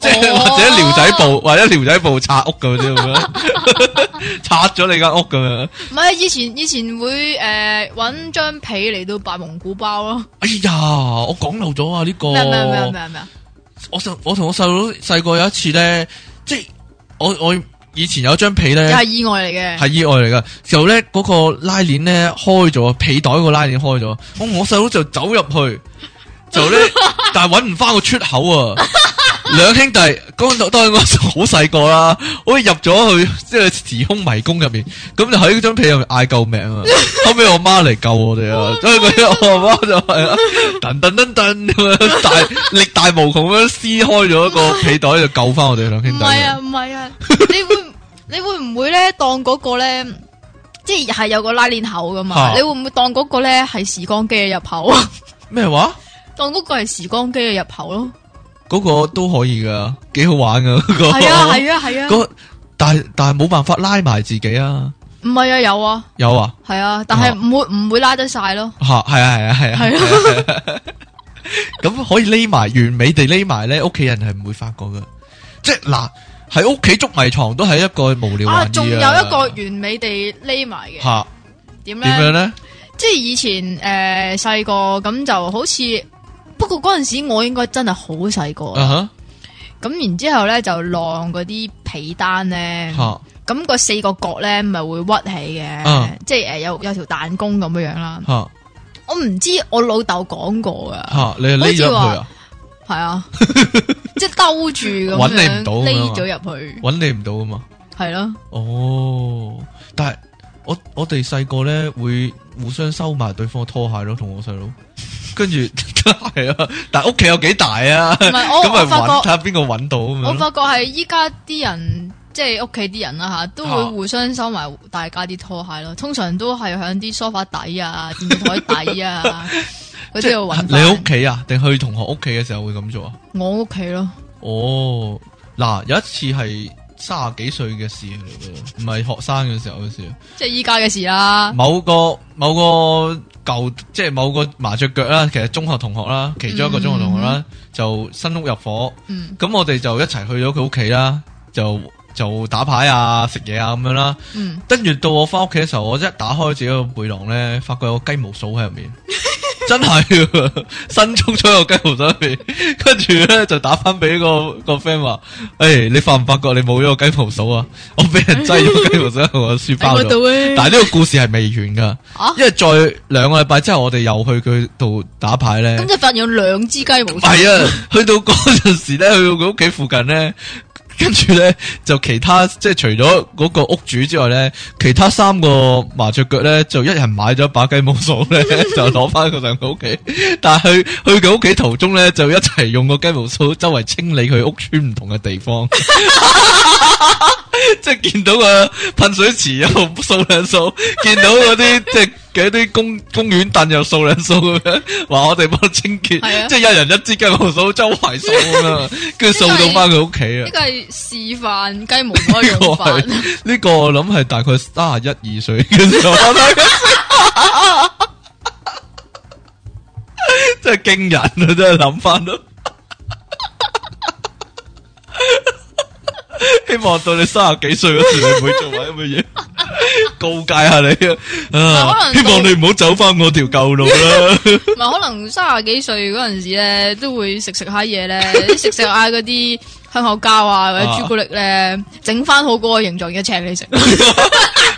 Speaker 1: 即系
Speaker 2: 哦
Speaker 1: 或者寮仔部，或者寮仔部拆屋咁樣咁样， 拆咗你間屋咁樣。
Speaker 2: 唔係以前以前會诶搵張被嚟到扮蒙古包咯，
Speaker 1: 哎呀，我講漏咗啊！呢、個，
Speaker 2: 咩啊咩啊咩啊咩啊咩啊，
Speaker 1: 我就我同我細佬細個有一次咧，即係我我以前有張被
Speaker 2: 又
Speaker 1: 咧
Speaker 2: 係意外嚟 嘅，
Speaker 1: 係意外嚟噶，就咧嗰個拉鏈咧開咗，被袋個拉鏈開咗，我我細佬就走入去，就咧但係搵唔翻個出口 啊！兩兄弟嗰陣當然我好細個啦，好似入咗去即係時空迷宮入面，咁就喺張被入面嗌救命 啊！後尾我媽嚟救我哋啊，所以佢我媽就 係啊，噔噔噔噔咁樣大力大無窮咁樣撕開咗個被袋，就救翻我哋兩
Speaker 2: 唔
Speaker 1: 兄弟。
Speaker 2: 係啊唔係 啊，你會你會唔會咧當嗰個咧？即係有個拉鏈口噶嘛？
Speaker 1: 嚇
Speaker 2: 你會唔會當嗰個咧係時光機嘅入口 啊？
Speaker 1: 咩話？
Speaker 2: 當嗰個係時光機嘅入口咯。
Speaker 1: 嗰個都可以噶，幾好玩噶嗰個。
Speaker 2: 係啊係啊係啊，
Speaker 1: 哦嗰但係但係冇辦法拉埋自己啊，
Speaker 2: 唔係啊有啊
Speaker 1: 有啊，
Speaker 2: 係啊，但係唔會唔會拉得晒咯。
Speaker 1: 吓係啊係啊係啊
Speaker 2: 係啊，
Speaker 1: 係啊， 咁可以匿埋，完美地匿埋咧，屋企人係唔會發覺噶，即係嗱喺屋企捉迷藏都係一個無聊
Speaker 2: 啊，
Speaker 1: 玩意
Speaker 2: 仲有一個完美地匿埋嘅，
Speaker 1: 吓
Speaker 2: 點
Speaker 1: 點樣
Speaker 2: 咧？
Speaker 1: 咧？
Speaker 2: 即係以前诶细个咁就好似，不過嗰阵时我應該真係好細個啦。
Speaker 1: 啊
Speaker 2: 咁然之后咧就晾嗰啲被單咧
Speaker 1: 吓，吓
Speaker 2: 咁個四個角咧咪會屈起
Speaker 1: 啊
Speaker 2: 嘅，即係诶有有条彈弓咁樣樣啦。
Speaker 1: 吓
Speaker 2: 我唔知我老豆講過噶，
Speaker 1: 吓，你係匿咗入去啊？
Speaker 2: 係啊，即係兜住咁
Speaker 1: 搵你唔
Speaker 2: 樣
Speaker 1: 到咁樣啊
Speaker 2: 匿咗入去，
Speaker 1: 搵你唔到啊嘛？
Speaker 2: 係咯。
Speaker 1: 哦，但係我我哋細個咧會互相收埋對方嘅拖鞋咯，同我細佬，跟住 係啊，但係屋企有幾大啊？
Speaker 2: 唔係我
Speaker 1: 咁咪
Speaker 2: 我發覺
Speaker 1: 揾睇下邊個揾到咁
Speaker 2: 我
Speaker 1: 樣咯。
Speaker 2: 發覺係依家啲人，即係屋企啲人啦吓，都
Speaker 1: 啊
Speaker 2: 會互相收埋大家啲拖鞋咯。通常都係響啲梳化底啊、電腦台 底啊嗰
Speaker 1: 即
Speaker 2: 啲
Speaker 1: 係
Speaker 2: 度搵
Speaker 1: 你
Speaker 2: 返。
Speaker 1: 屋企啊，定去同學屋企嘅時候會咁做啊？
Speaker 2: 我屋企咯，
Speaker 1: 哦，嗱，有一次係三十幾歲嘅事嚟嘅，唔係學生嘅時候嘅事。
Speaker 2: 即係依家嘅事啦。
Speaker 1: 某個某個舊即係某個麻雀腳啦，其實中學同學啦，其中一個中學同學啦，就新屋入伙。
Speaker 2: 嗯
Speaker 1: 咁我哋就一齊去咗佢屋企啦，就就打牌啊、食嘢啊咁樣啦。
Speaker 2: 嗯，
Speaker 1: 跟住到我翻屋企嘅時候，我一打開自己個背囊咧，發覺有個雞毛掃喺入面，真係喎新沖咗個雞毛掃喺入面。跟住咧就打翻俾個個 friend 話：，誒、你發唔發覺你冇咗個雞毛掃啊？我俾人擠咗個雞毛掃喺我書
Speaker 2: 喺
Speaker 1: 包
Speaker 2: 嗰
Speaker 1: 度。
Speaker 2: 度咧，
Speaker 1: 但係呢個故事係未完噶，
Speaker 2: 啊，
Speaker 1: 因為再兩個禮拜之後，我哋又去佢度打牌咧。
Speaker 2: 咁就發現有兩支雞毛。
Speaker 1: 系啊，去到嗰阵时咧，去到佢屋企附近咧，跟住咧就其他即系除咗嗰个屋主之外咧，其他三个麻雀脚咧就一人买咗一把鸡毛扫咧， 就攞翻佢上佢屋企。但系去去佢屋企途中咧，就一齐用个鸡毛扫周围清理佢屋村唔同嘅地方。 即系见到个喷水池又扫两扫，见到嗰 啲即系嗰啲公公园凳又扫两扫咁样，话我哋帮佢清洁，
Speaker 2: 係啊
Speaker 1: 即系一人一支鸡毛扫周围扫咁样，跟住扫到翻佢屋企啊
Speaker 2: 呢！個係示範雞毛嗰個 用法。
Speaker 1: 呢個係呢個我諗係大概三十一二歲嘅時候，我睇佢真係驚人啊！真係諗翻都，希望到你三十幾歲嗰時，你唔會做埋咁嘅嘢。告戒下你啊！
Speaker 2: 但可能到
Speaker 1: 希望你唔好走翻我條舊路啦。
Speaker 2: 唔係可能三十幾歲嗰陣時咧，都會食食下嘢咧，食食下嗰啲香口膠啊或者朱古力咧，整翻好嗰個形狀嘅 請你食，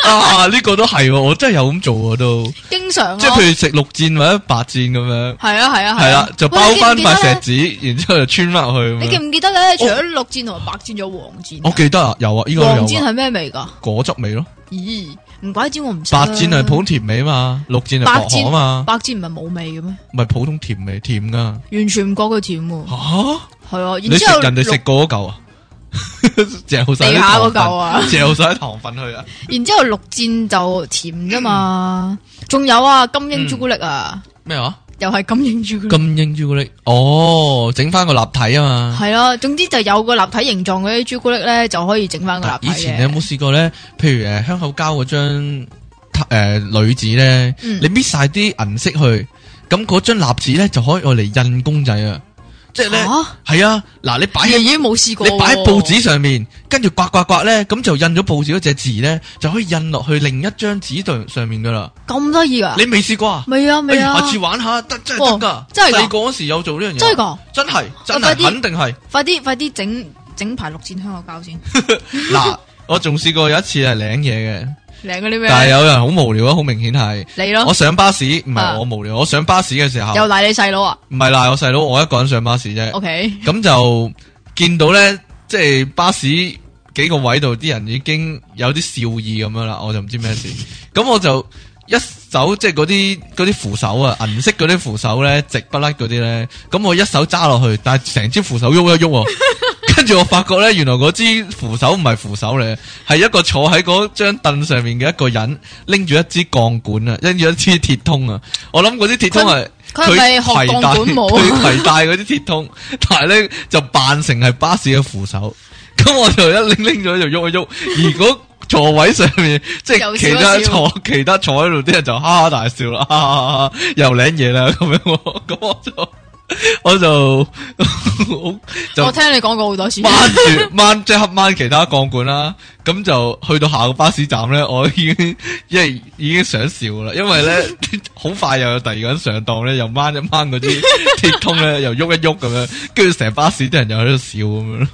Speaker 1: 啊，呢個都係喎，我真係有咁做啊，都
Speaker 2: 經常
Speaker 1: 即係譬如食六箭或者八箭咁樣。
Speaker 2: 係啊係啊
Speaker 1: 系
Speaker 2: 係
Speaker 1: 啦
Speaker 2: 啊，，
Speaker 1: 就包翻塊石子，然之后就穿翻去
Speaker 2: 喂。你記
Speaker 1: 咁樣。
Speaker 2: 唔記得咧？除咗綠箭同埋白箭，仲有黃箭。
Speaker 1: 我記得啊，有啊，呢個
Speaker 2: 黃
Speaker 1: 有
Speaker 2: 箭
Speaker 1: 啊，
Speaker 2: 係咩味㗎？
Speaker 1: 果汁味咯。
Speaker 2: 咦，唔怪之我唔識啦啊
Speaker 1: 白箭係普通甜味嘛，綠箭係薄荷啊嘛，
Speaker 2: 白箭唔係冇味嘅咩？
Speaker 1: 唔係普通甜味，甜噶。
Speaker 2: 完全唔覺佢甜喎。
Speaker 1: 吓，
Speaker 2: 係啊，
Speaker 1: 你
Speaker 2: 然之
Speaker 1: 食
Speaker 2: 後
Speaker 1: 人哋食
Speaker 2: 綠
Speaker 1: 過嗰嚿啊？ 嚼晒
Speaker 2: 地
Speaker 1: 啲
Speaker 2: 下嗰
Speaker 1: 糖
Speaker 2: 嚿
Speaker 1: 分，
Speaker 2: 啊，
Speaker 1: 嚼晒啲糖分去啊！
Speaker 2: 然之后綠箭就甜啫嘛，
Speaker 1: 嗯
Speaker 2: 仲有啊金鷹朱古力啊，
Speaker 1: 咩話？
Speaker 2: 又係金鷹朱古力，
Speaker 1: 嗯金英朱古力，哦，整翻個立體啊嘛！
Speaker 2: 係咯，總之就有個立體形狀嗰啲朱古力咧就可以整翻個立體
Speaker 1: 啊以
Speaker 2: 嘅
Speaker 1: 前你有冇試過咧？譬如呃誒香口膠嗰張誒鋁紙咧，
Speaker 2: 嗯
Speaker 1: 你搣晒啲銀色去，咁嗰張蠟紙咧就可以用嚟印公仔啊！即係咧，
Speaker 2: 吓，
Speaker 1: 係啊，嗱，你擺
Speaker 2: 嘢
Speaker 1: 喺
Speaker 2: 嘢冇試過
Speaker 1: 你
Speaker 2: 喎，
Speaker 1: 擺喺報紙上面，跟住刮刮刮咧，咁就印咗報紙嗰隻字咧，就可以印落去另一張紙度上面噶啦。
Speaker 2: 咁得意噶？
Speaker 1: 你未試過啊？
Speaker 2: 未啊未
Speaker 1: 哎
Speaker 2: 啊
Speaker 1: 下，次玩下得真係得
Speaker 2: 哇
Speaker 1: 噶，
Speaker 2: 真係㗎
Speaker 1: 細個嗰時有做呢樣嘢，
Speaker 2: 真係噶，
Speaker 1: 真係真
Speaker 2: 快
Speaker 1: 係
Speaker 2: 啲
Speaker 1: 肯定係。
Speaker 2: 快啲快啲整整排綠箭香口膠先，
Speaker 1: 嗱，我仲試過有一次係領嘢嘅，
Speaker 2: 靚嗰啲咩？
Speaker 1: 但係有人好無聊啊，好明顯係。
Speaker 2: 你咯
Speaker 1: 我，上巴士唔
Speaker 2: 啊
Speaker 1: 係我無聊，我上巴士嘅時候
Speaker 2: 又賴你細佬啊
Speaker 1: 唔係賴我細佬，我一個人上巴士啫。
Speaker 2: ？OK，
Speaker 1: 咁就見到咧，即係巴士幾個位度啲人已經有啲笑意咁樣啦，我就唔知咩事。咁我就一手即係嗰啲嗰啲扶手啊，銀色嗰啲扶手咧，直不甩嗰啲咧，咁我一手揸落去，但係成支扶手喐一喐 喎。跟住我發覺咧，原來嗰支扶手唔係扶手嚟，係一個坐喺嗰張凳上面嘅一個人拎住一支鋼管啊，拎住一支鐵通啊。我諗嗰啲鐵通係
Speaker 2: 佢係咪學
Speaker 1: 攜
Speaker 2: 鋼
Speaker 1: 帶
Speaker 2: 管舞啊
Speaker 1: 佢攜帶嗰啲鐵通， 但係咧就扮成係巴士嘅扶手。咁我就一拎拎咗就喐一喐，而嗰座位上面即
Speaker 2: 又
Speaker 1: 係
Speaker 2: 笑
Speaker 1: 其
Speaker 2: 一
Speaker 1: 他
Speaker 2: 笑
Speaker 1: 坐其他坐喺度啲人就哈哈大笑啦，哈哈哈哈又領嘢啦咁樣喎，咁我就我就 好就
Speaker 2: 我聽你講過好多次，
Speaker 1: 掹住掹即刻掹其他鋼管啦，咁就去到下個巴士站咧，我已經 因為已經想笑啦，因為咧 好快又有第二個人上當咧，又掹一掹嗰啲鐵通咧，又喐一喐咁樣，跟住成巴士啲人又喺度笑咁樣咯。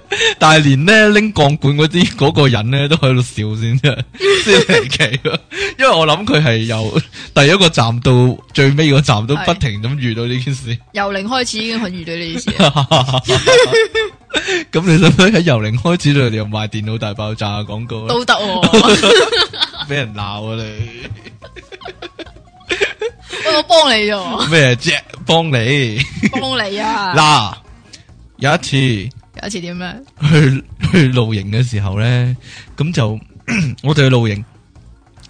Speaker 1: 但係連咧拎鋼管嗰啲嗰個人咧都喺度笑先啫，先離奇咯。因為我諗佢係由第一個站到最尾個站都不停咁遇到呢件事。
Speaker 2: 由零開始已經很遇到 呢件事啦。
Speaker 1: 咁 你想唔想喺由零開始度又賣電腦大爆炸嘅廣告咧？
Speaker 2: 都得喎，
Speaker 1: 俾人鬧啊你！
Speaker 2: 我幫你啫，
Speaker 1: 咩啫？幫你
Speaker 2: 幫你啊！
Speaker 1: 嗱，有一次去
Speaker 2: 有一次點咧？
Speaker 1: 去露營嘅時候咧，咁就 我哋去露營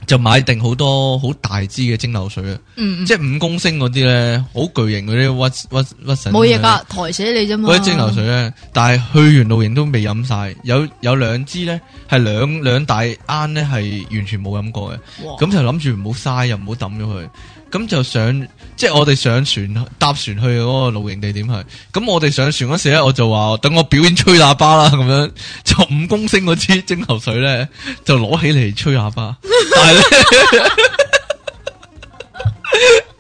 Speaker 1: 就買定好多好大支嘅蒸餾水啊，
Speaker 2: 嗯，
Speaker 1: 即係五公升嗰啲咧，好巨型嗰啲屈屈屈臣
Speaker 2: 冇嘢噶，抬死你啫嘛。
Speaker 1: 嗰啲蒸馏水咧，但係去完露營都未飲晒，有有兩支咧係兩兩大罌咧係完全冇飲過嘅，
Speaker 2: 哇，
Speaker 1: 咁就諗住唔好嘥又唔好抌咗佢，咁就上即係我哋上船搭船去嗰個露營地點係，咁我哋上船嗰時咧我就話等我表演吹喇叭啦咁樣，就五公升嗰支蒸馏水咧就攞起嚟吹喇叭，但係咧。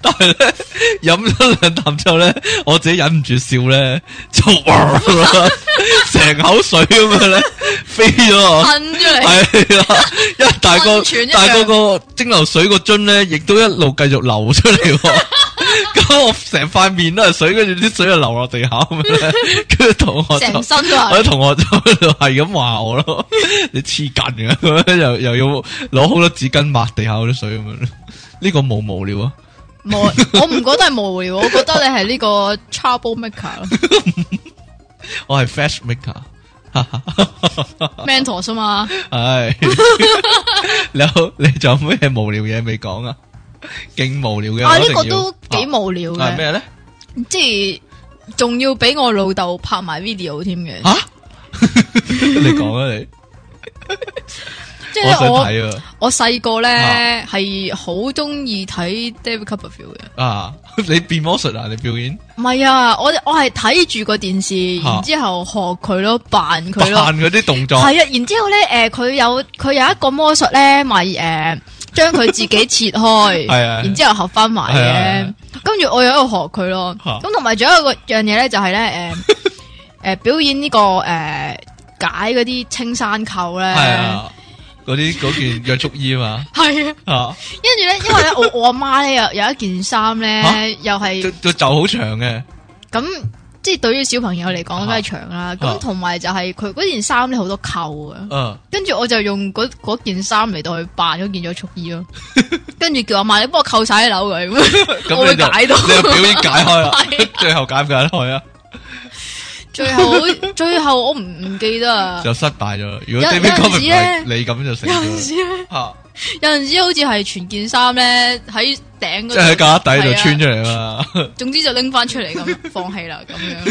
Speaker 1: 但係咧，飲咗兩啖之後咧，我自己忍唔住笑咧，就成口水咁樣咧飛咗落
Speaker 2: 噴咗嚟，
Speaker 1: 系啦，啊因为大个
Speaker 2: 温泉一樣
Speaker 1: 大个个蒸馏水個樽咧，亦都一路繼續流出嚟 喎。咁我成塊面都係水，跟住啲水就流落地下咁樣咧，跟住同學
Speaker 2: 成
Speaker 1: 就。
Speaker 2: 身 都
Speaker 1: 我啲
Speaker 2: 係。
Speaker 1: 同學就喺度係咁話我咯， 你黐筋嘅，咁樣又又要攞好多紙巾抹地下嗰啲水咁樣，呢個冇無聊啊！
Speaker 2: 冇，我唔覺得係無聊，我覺得你係呢個 trouble maker 咯
Speaker 1: 我係 fresh maker，
Speaker 2: mentor 啊嘛。
Speaker 1: 唉，你有你仲有咩無聊嘢未講啊？勁無聊嘅，
Speaker 2: 啊，
Speaker 1: 我一
Speaker 2: 呢
Speaker 1: 定
Speaker 2: 個
Speaker 1: 要
Speaker 2: 都幾無聊
Speaker 1: 啊係
Speaker 2: 嘅，
Speaker 1: 咩咧？
Speaker 2: 即係仲要俾我老豆拍埋 video 添嘅。
Speaker 1: 吓，你講啊你，
Speaker 2: 即
Speaker 1: 我
Speaker 2: 係
Speaker 1: 想
Speaker 2: 呢我
Speaker 1: 睇啊！
Speaker 2: 我細個咧
Speaker 1: 啊
Speaker 2: 係好中意睇 David Copperfield 嘅。
Speaker 1: 啊， 你變魔術啊？你表演
Speaker 2: 唔係啊，我我係睇住個電視，
Speaker 1: 嚇
Speaker 2: 然之後學佢咯，扮佢
Speaker 1: 扮
Speaker 2: 咯。
Speaker 1: 嗰啲動作，
Speaker 2: 系啊，然之后咧，诶、佢有佢有一個魔術咧，咪诶將佢自己切 開，
Speaker 1: 係啊
Speaker 2: 然之后合翻埋
Speaker 1: 係啊
Speaker 2: 嘅。跟住我又喺度學佢咯。
Speaker 1: 嚇
Speaker 2: 咁同埋仲有一個樣嘢咧，就係咧，诶、 诶表演呢、個个诶、解嗰啲青山扣咧，
Speaker 1: 係啊，嗰啲嗰件約束衣啊
Speaker 2: 係啊。
Speaker 1: 嘛，
Speaker 2: 跟住咧，因為咧，我 我阿媽咧有有一件衫
Speaker 1: 嚇
Speaker 2: 咧，又
Speaker 1: 吓，
Speaker 2: 係
Speaker 1: 就就就好長嘅，
Speaker 2: 咁。即係對於小朋友嚟講，梗係長啦。
Speaker 1: 嚇
Speaker 2: 咁同埋就係佢嗰件衫咧好多扣啊嘅。
Speaker 1: 嗯，
Speaker 2: 跟住我就用嗰嗰件衫嚟到去扮嗰件咗束 衣咯，跟住叫阿嫲你幫我扣晒啲紐佢，咁樣我
Speaker 1: 咁
Speaker 2: 會
Speaker 1: 你就
Speaker 2: 解到
Speaker 1: 你就表演解開啦
Speaker 2: 係啊，
Speaker 1: 最後解唔解得開啊？
Speaker 2: 最後最後我唔唔記得啊。
Speaker 1: 就失败咗。如
Speaker 2: 有
Speaker 1: 果 David
Speaker 2: 有
Speaker 1: c o
Speaker 2: 陣
Speaker 1: v
Speaker 2: 時
Speaker 1: e r
Speaker 2: 呢
Speaker 1: 你咁就死
Speaker 2: 有陣
Speaker 1: 咗啊
Speaker 2: 時咧，
Speaker 1: 啦，
Speaker 2: 有陣時好似係全件衫咧喺頂
Speaker 1: 嚇
Speaker 2: 嗰
Speaker 1: 即係喺架底
Speaker 2: 係
Speaker 1: 度
Speaker 2: 啊
Speaker 1: 穿出嚟啦。
Speaker 2: 總之就拎翻出嚟 咁，放棄啦咁樣。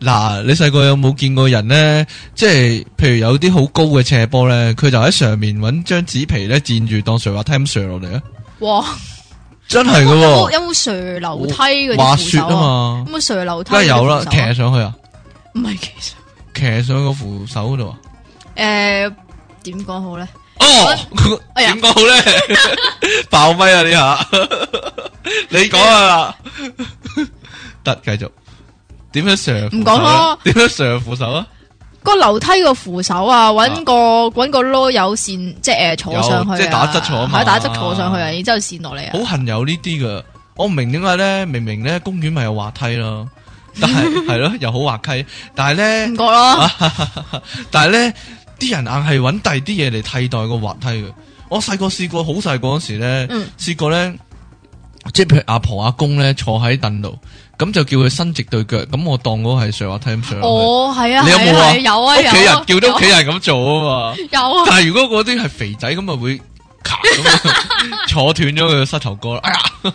Speaker 1: 嗱，你細個有冇見過人咧？即係譬如有啲好高嘅斜坡咧，佢就喺上面揾張紙皮咧墊住當上滑梯咁上落嚟啊！
Speaker 2: 哇！
Speaker 1: 真係噶
Speaker 2: 有冇
Speaker 1: 喎，
Speaker 2: 有冇垂樓梯嗰啲
Speaker 1: 滑
Speaker 2: 扶
Speaker 1: 雪
Speaker 2: 手
Speaker 1: 啊
Speaker 2: 啊？
Speaker 1: 嘛，
Speaker 2: 咁啊垂樓梯
Speaker 1: 梗係有啦
Speaker 2: 嗰，啲扶手啊
Speaker 1: 騎上去啊，
Speaker 2: 唔係騎上。
Speaker 1: 騎上個扶手嗰度啊。
Speaker 2: 誒點講好咧？
Speaker 1: 哦，
Speaker 2: 哎呀
Speaker 1: 點講好咧？ 爆咪啊！呢下你講啊啦，得繼續。點樣上扶手呢？啊
Speaker 2: 唔講咯
Speaker 1: 點樣上扶手啊？
Speaker 2: 個樓梯個扶手啊，揾個揾個籮柚線，即係誒
Speaker 1: 有
Speaker 2: 坐上去啊，
Speaker 1: 即係打側坐啊嘛
Speaker 2: 係打側坐上去啊，然之後線落嚟
Speaker 1: 好
Speaker 2: 啊，
Speaker 1: 恨有呢啲噶，我唔明點解咧？明明咧公園咪有滑梯 咯，但係係咯又好滑稽，但係
Speaker 2: 唔
Speaker 1: 咧
Speaker 2: 覺咯，
Speaker 1: 啊但係咧啲人硬係揾第二啲嘢嚟替代個滑梯嘅。我細個試過好細個嗰時咧，
Speaker 2: 嗯
Speaker 1: 試過咧，即係譬如阿婆阿公咧坐喺凳度，咁就叫佢伸直對腳，咁我當嗰個係上滑梯咁上落去。
Speaker 2: 哦，係啊，
Speaker 1: 你有冇啊
Speaker 2: 係有啊，
Speaker 1: 屋企
Speaker 2: 有
Speaker 1: 人
Speaker 2: 啊，
Speaker 1: 叫到屋企人咁做啊嘛，
Speaker 2: 有 啊，
Speaker 1: 但係如果嗰啲係肥仔咁，咪啊會咔咁 樣坐斷咗佢個膝頭哥啦。哎呀，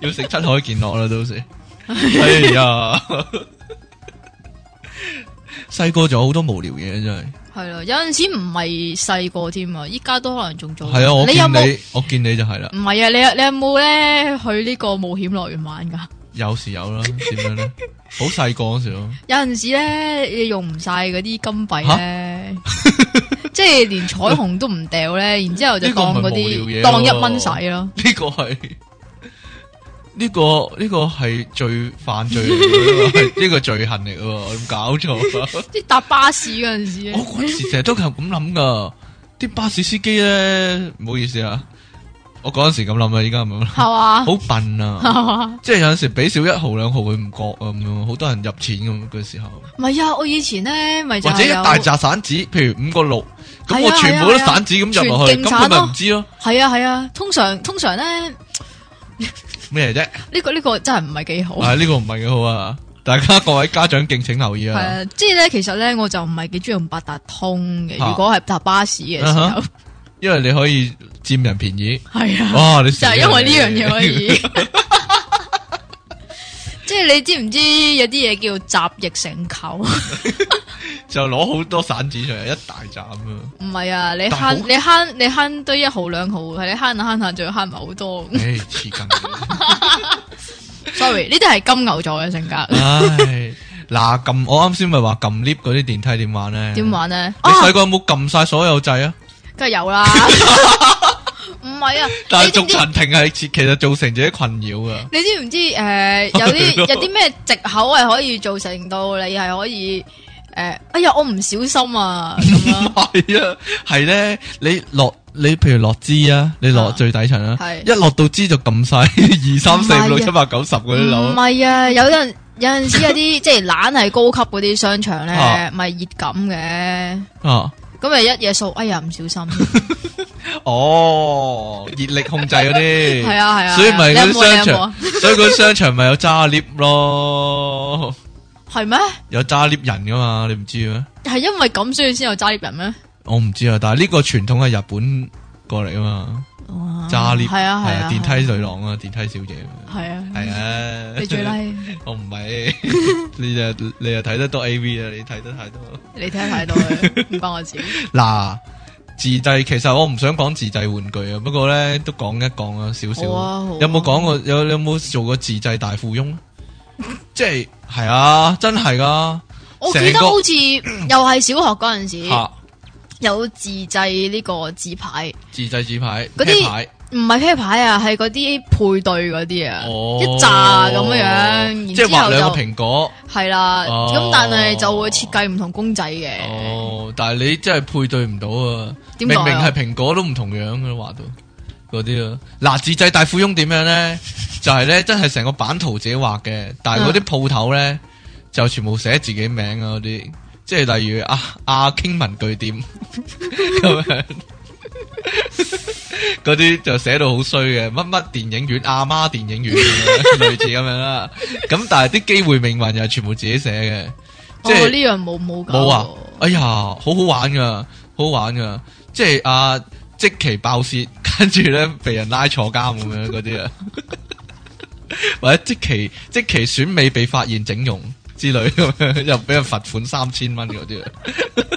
Speaker 1: 要食七海健樂啦，到時。哎呀， 細個仲有好多無聊嘢真係。
Speaker 2: 係咯，有陣時唔係細個添啊，依家都可能仲做。
Speaker 1: 係啊，我
Speaker 2: 你有
Speaker 1: 見
Speaker 2: 冇？
Speaker 1: 你，我見你就係啦，
Speaker 2: 唔係啊，你有你有冇咧去呢個冒險樂園玩㗎？
Speaker 1: 有時有啦，點樣咧？好細個嗰時 咯，
Speaker 2: 有陣時咧，你用唔晒嗰啲金幣咧， 即係連彩虹都唔掉咧，然之後就
Speaker 1: 呢個唔
Speaker 2: 當
Speaker 1: 係
Speaker 2: 嗰
Speaker 1: 無聊嘢喎
Speaker 2: 啲當一蚊使咯。
Speaker 1: 呢個係呢個呢個係罪犯罪嚟嘅喎，係呢個罪行嚟嘅喎，有冇搞錯啊！
Speaker 2: 即係搭巴士嗰陣時啊咧
Speaker 1: 哦我，嗰時成日都係咁諗噶，啲巴士司機咧，唔好意思啊，我嗰陣時咁諗啊，依家唔 咁諗，
Speaker 2: 係嘛？
Speaker 1: 好笨 啊！
Speaker 2: 係嘛？
Speaker 1: 即係有陣時俾少一毫兩毫佢唔覺啊咁樣，好多人入錢咁嘅時候，
Speaker 2: 唔係啊，我以前咧咪就
Speaker 1: 或者
Speaker 2: 係
Speaker 1: 一
Speaker 2: 有
Speaker 1: 大扎散紙，譬如五個六，咁
Speaker 2: 係
Speaker 1: 我
Speaker 2: 啊
Speaker 1: 全部都
Speaker 2: 係啊係啊
Speaker 1: 散紙咁入落去，
Speaker 2: 全
Speaker 1: 咁
Speaker 2: 勁
Speaker 1: 佢
Speaker 2: 散
Speaker 1: 咪
Speaker 2: 咯
Speaker 1: 唔知咯
Speaker 2: 係啊係啊，通常通常咧
Speaker 1: 咩啫？
Speaker 2: 呢個呢個真係唔係幾好。
Speaker 1: 啊呢個唔係幾好啊！大家各位家長敬請留意
Speaker 2: 係
Speaker 1: 啊！
Speaker 2: 啊，即係咧，其實咧我就唔係幾中意用八達通嘅。
Speaker 1: 啊
Speaker 2: 如果係搭巴士嘅時
Speaker 1: 啊
Speaker 2: 候，
Speaker 1: 因為你可以佔人便 宜，
Speaker 2: 係啊。
Speaker 1: 哇！你
Speaker 2: 就係因為呢樣嘢可以。 即係你知唔知有啲嘢叫集腋成裘？唔
Speaker 1: 就攞好多散紙出嚟，一大扎咁樣。
Speaker 2: 係啊，你
Speaker 1: 但好
Speaker 2: 慳你慳你慳堆一毫兩毫，係你慳下慳下仲要慳埋好多。
Speaker 1: 唉，黐筋嘅。
Speaker 2: Sorry，呢啲係金牛座嘅性格。
Speaker 1: 唉，嗱，撳我啱先咪話撳 lift 嗰啲電梯點玩咧？
Speaker 2: 點？玩呢？
Speaker 1: 嗯你
Speaker 2: 啊，
Speaker 1: 細個有冇撳晒所有掣啊？
Speaker 2: 梗係有 啦。唔係啊，
Speaker 1: 但
Speaker 2: 你
Speaker 1: 係
Speaker 2: 知啊
Speaker 1: 逐
Speaker 2: 唔知？
Speaker 1: 層停係其其實造成自己困擾啊噶。
Speaker 2: 你知唔知？誒、 有啲有啲咩藉口係可以造成到你係可以誒、哎呀，我唔小心啊咁
Speaker 1: 唔
Speaker 2: 啦。
Speaker 1: 係啊，係咧，你落你譬如落支啊，你落
Speaker 2: 啊
Speaker 1: 最底層啊，
Speaker 2: 係
Speaker 1: 一落到支就撳晒 二三四五六
Speaker 2: 唔係啊
Speaker 1: 七八九十嗰啲
Speaker 2: 唔
Speaker 1: 樓，
Speaker 2: 係啊，有陣有陣時有啲 即係懶係高級嗰啲商場
Speaker 1: 啊
Speaker 2: 咧，咪熱感嘅，
Speaker 1: 啊，
Speaker 2: 咁咪一夜掃，哎呀唔小 心，
Speaker 1: 哦，熱力控制嗰啲，
Speaker 2: 係啊係啊，
Speaker 1: 所以咪
Speaker 2: 你有
Speaker 1: 嗰啲
Speaker 2: 冇
Speaker 1: 商
Speaker 2: 你有冇啊
Speaker 1: 場，所以嗰啲商場咪有揸 lift 咯，
Speaker 2: 係咩？
Speaker 1: 有揸 lift 人噶嘛，你唔知啊咩？
Speaker 2: 係因為咁所以先有揸 lift 人咩？
Speaker 1: 我唔知啊，但系呢個傳統係日本過嚟啊嘛，揸 lift
Speaker 2: 係啊係啊，
Speaker 1: 電
Speaker 2: 係
Speaker 1: 梯女郎啊，電梯小姐
Speaker 2: 啊係啊，
Speaker 1: 係啊，
Speaker 2: 你最拉，
Speaker 1: 我唔係， 你就你又睇得多 A V 啊，你睇得太多。
Speaker 2: 你聽 太多啦，唔關我事。
Speaker 1: 嗱，自製其實我唔想講自製玩具啊，不過咧都講一講啊，少少。
Speaker 2: 好啊好啊
Speaker 1: 有冇講過有有冇做過自製大富翁？ 即係係啊，真係噶
Speaker 2: 我記
Speaker 1: 成
Speaker 2: 得
Speaker 1: 個
Speaker 2: 好 似又係小學嗰陣時
Speaker 1: 吓，
Speaker 2: 有自製呢個紙牌，
Speaker 1: 自製紙牌、
Speaker 2: 嗰啲
Speaker 1: 啤牌。
Speaker 2: 唔係啤牌啊，係嗰啲配對嗰啲啊，
Speaker 1: 哦，
Speaker 2: 一扎咁樣樣，然
Speaker 1: 即
Speaker 2: 之
Speaker 1: 係畫
Speaker 2: 後
Speaker 1: 兩
Speaker 2: 就
Speaker 1: 個。蘋果。
Speaker 2: 系啦，
Speaker 1: 哦
Speaker 2: 咁但係就會設計唔同公仔嘅，
Speaker 1: 哦，但係你真係配對唔到啊！
Speaker 2: 點
Speaker 1: 明
Speaker 2: 解啊
Speaker 1: 明係蘋果都唔同樣嘅畫到嗰啲啊。嗱，自製大富翁點樣咧？就係咧，真係成個版圖自己畫嘅，但
Speaker 2: 啊
Speaker 1: 係嗰啲鋪頭咧就全部寫自己名啊嗰啲，即係例啊如啊阿傾文具店咁樣。嗰啲就寫到好衰嘅，乜乜電影院、阿媽電影院咁樣 類似咁樣啦。咁但係啲機會命運又係全部自己寫嘅，即
Speaker 2: 哦，
Speaker 1: 係
Speaker 2: 呢樣冇冇搞
Speaker 1: 冇啊
Speaker 2: 過！
Speaker 1: 哎呀，好好玩噶，好好玩噶，即係啊，即期爆竊， 跟住咧被人拉坐監咁樣嗰啲啊， 或者即期即期選美被發現整容之類咁樣，又俾人罰款三千蚊嗰啲啊。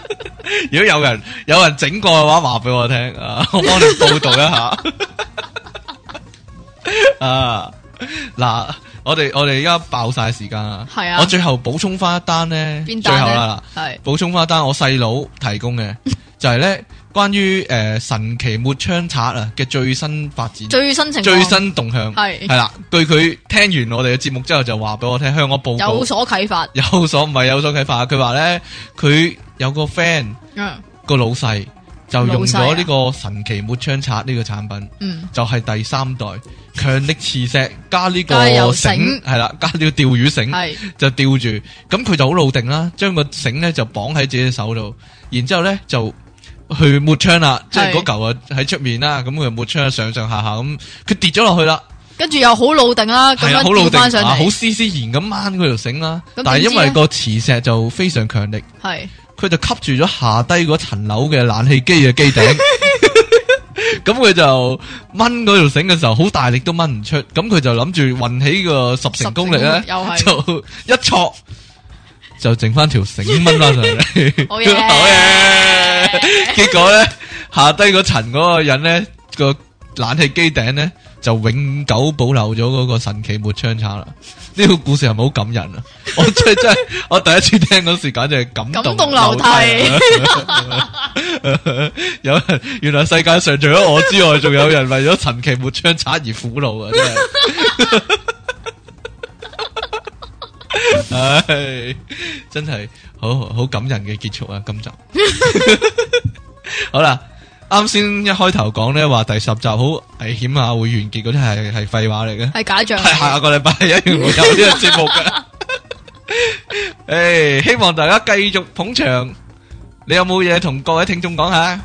Speaker 1: 如果有人有人整過嘅話，話俾我聽啊， 我幫你報道一下 啊。嗱，我哋我哋而家爆晒時間啦，
Speaker 2: 係啊
Speaker 1: 我最後補充翻一單咧，
Speaker 2: 邊
Speaker 1: 最
Speaker 2: 單
Speaker 1: 後
Speaker 2: 咧
Speaker 1: 啦。？
Speaker 2: 係
Speaker 1: 補充翻單我細佬提供 嘅，就係咧關於誒、呃神奇抹槍賊啊嘅最新發展、
Speaker 2: 最新情況
Speaker 1: 最新動向
Speaker 2: 係
Speaker 1: 係啦。據佢聽完我哋嘅節目之後，就話俾我聽，向我報
Speaker 2: 有
Speaker 1: 告
Speaker 2: 所啟發。
Speaker 1: 有所唔係有所啟發。啊佢話咧，佢有個 friend
Speaker 2: 嗯
Speaker 1: 個老細就用
Speaker 2: 老細
Speaker 1: 咗
Speaker 2: 啊
Speaker 1: 呢個神奇抹槍賊呢個產品。
Speaker 2: 嗯，
Speaker 1: 就係第三代強力磁石加呢個
Speaker 2: 加油
Speaker 1: 繩
Speaker 2: 繩
Speaker 1: 係啦，加呢個釣魚繩。
Speaker 2: 係
Speaker 1: 就吊住，咁佢就好老定啦，將個繩咧就綁喺自己手度，然之後咧就去抹槍啦，即係嗰
Speaker 2: 係
Speaker 1: 嚿啊喺出面啦，咁佢就抹槍上上下下咁，佢跌咗落去啦，
Speaker 2: 跟住又好老定啦，咁
Speaker 1: 係啦，
Speaker 2: 樣
Speaker 1: 好老
Speaker 2: 調
Speaker 1: 定
Speaker 2: 翻上
Speaker 1: 啊，好
Speaker 2: 嚟，
Speaker 1: 斯斯然咁掹佢條繩啦，
Speaker 2: 咁
Speaker 1: 但係
Speaker 2: 點
Speaker 1: 因
Speaker 2: 知啊
Speaker 1: 為
Speaker 2: 呢
Speaker 1: 個磁石就非常強力，
Speaker 2: 係
Speaker 1: 佢就吸住咗下低嗰層樓嘅冷氣機嘅機 頂。咁佢就掹嗰條繩嘅時候，好大力都掹唔出，咁佢就諗住運起個十成功力咧
Speaker 2: 十成功力，又係
Speaker 1: 就一戳就剩翻條繩掹翻上嚟。
Speaker 2: 好嘢
Speaker 1: 嘢！結果咧，下低嗰層嗰個人咧，個冷氣機頂咧就永久保留咗嗰個神奇抹槍叉啦。 呢個故事係咪好感人啊？我真係真 係，我第一次聽嗰時簡直係感動啊
Speaker 2: 感動流涕。
Speaker 1: 有人原來世界上除咗我之外，仲有人為咗神奇抹槍賊而苦惱啊！真係，唉，真係好好感人嘅結束啊！今集 好啦，啱先一開頭講咧話第十集好危險啊，會完結嗰啲係係廢話嚟嘅。
Speaker 2: 係假象。
Speaker 1: 係啊下個禮拜一樣會有呢個節目嘅。誒，希望大家繼續捧場。你有冇嘢同各位聽眾講下？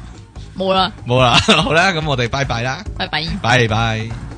Speaker 2: 冇啦，
Speaker 1: 冇啦，好啦，咁我哋拜拜啦，
Speaker 2: 拜拜。
Speaker 1: 拜拜。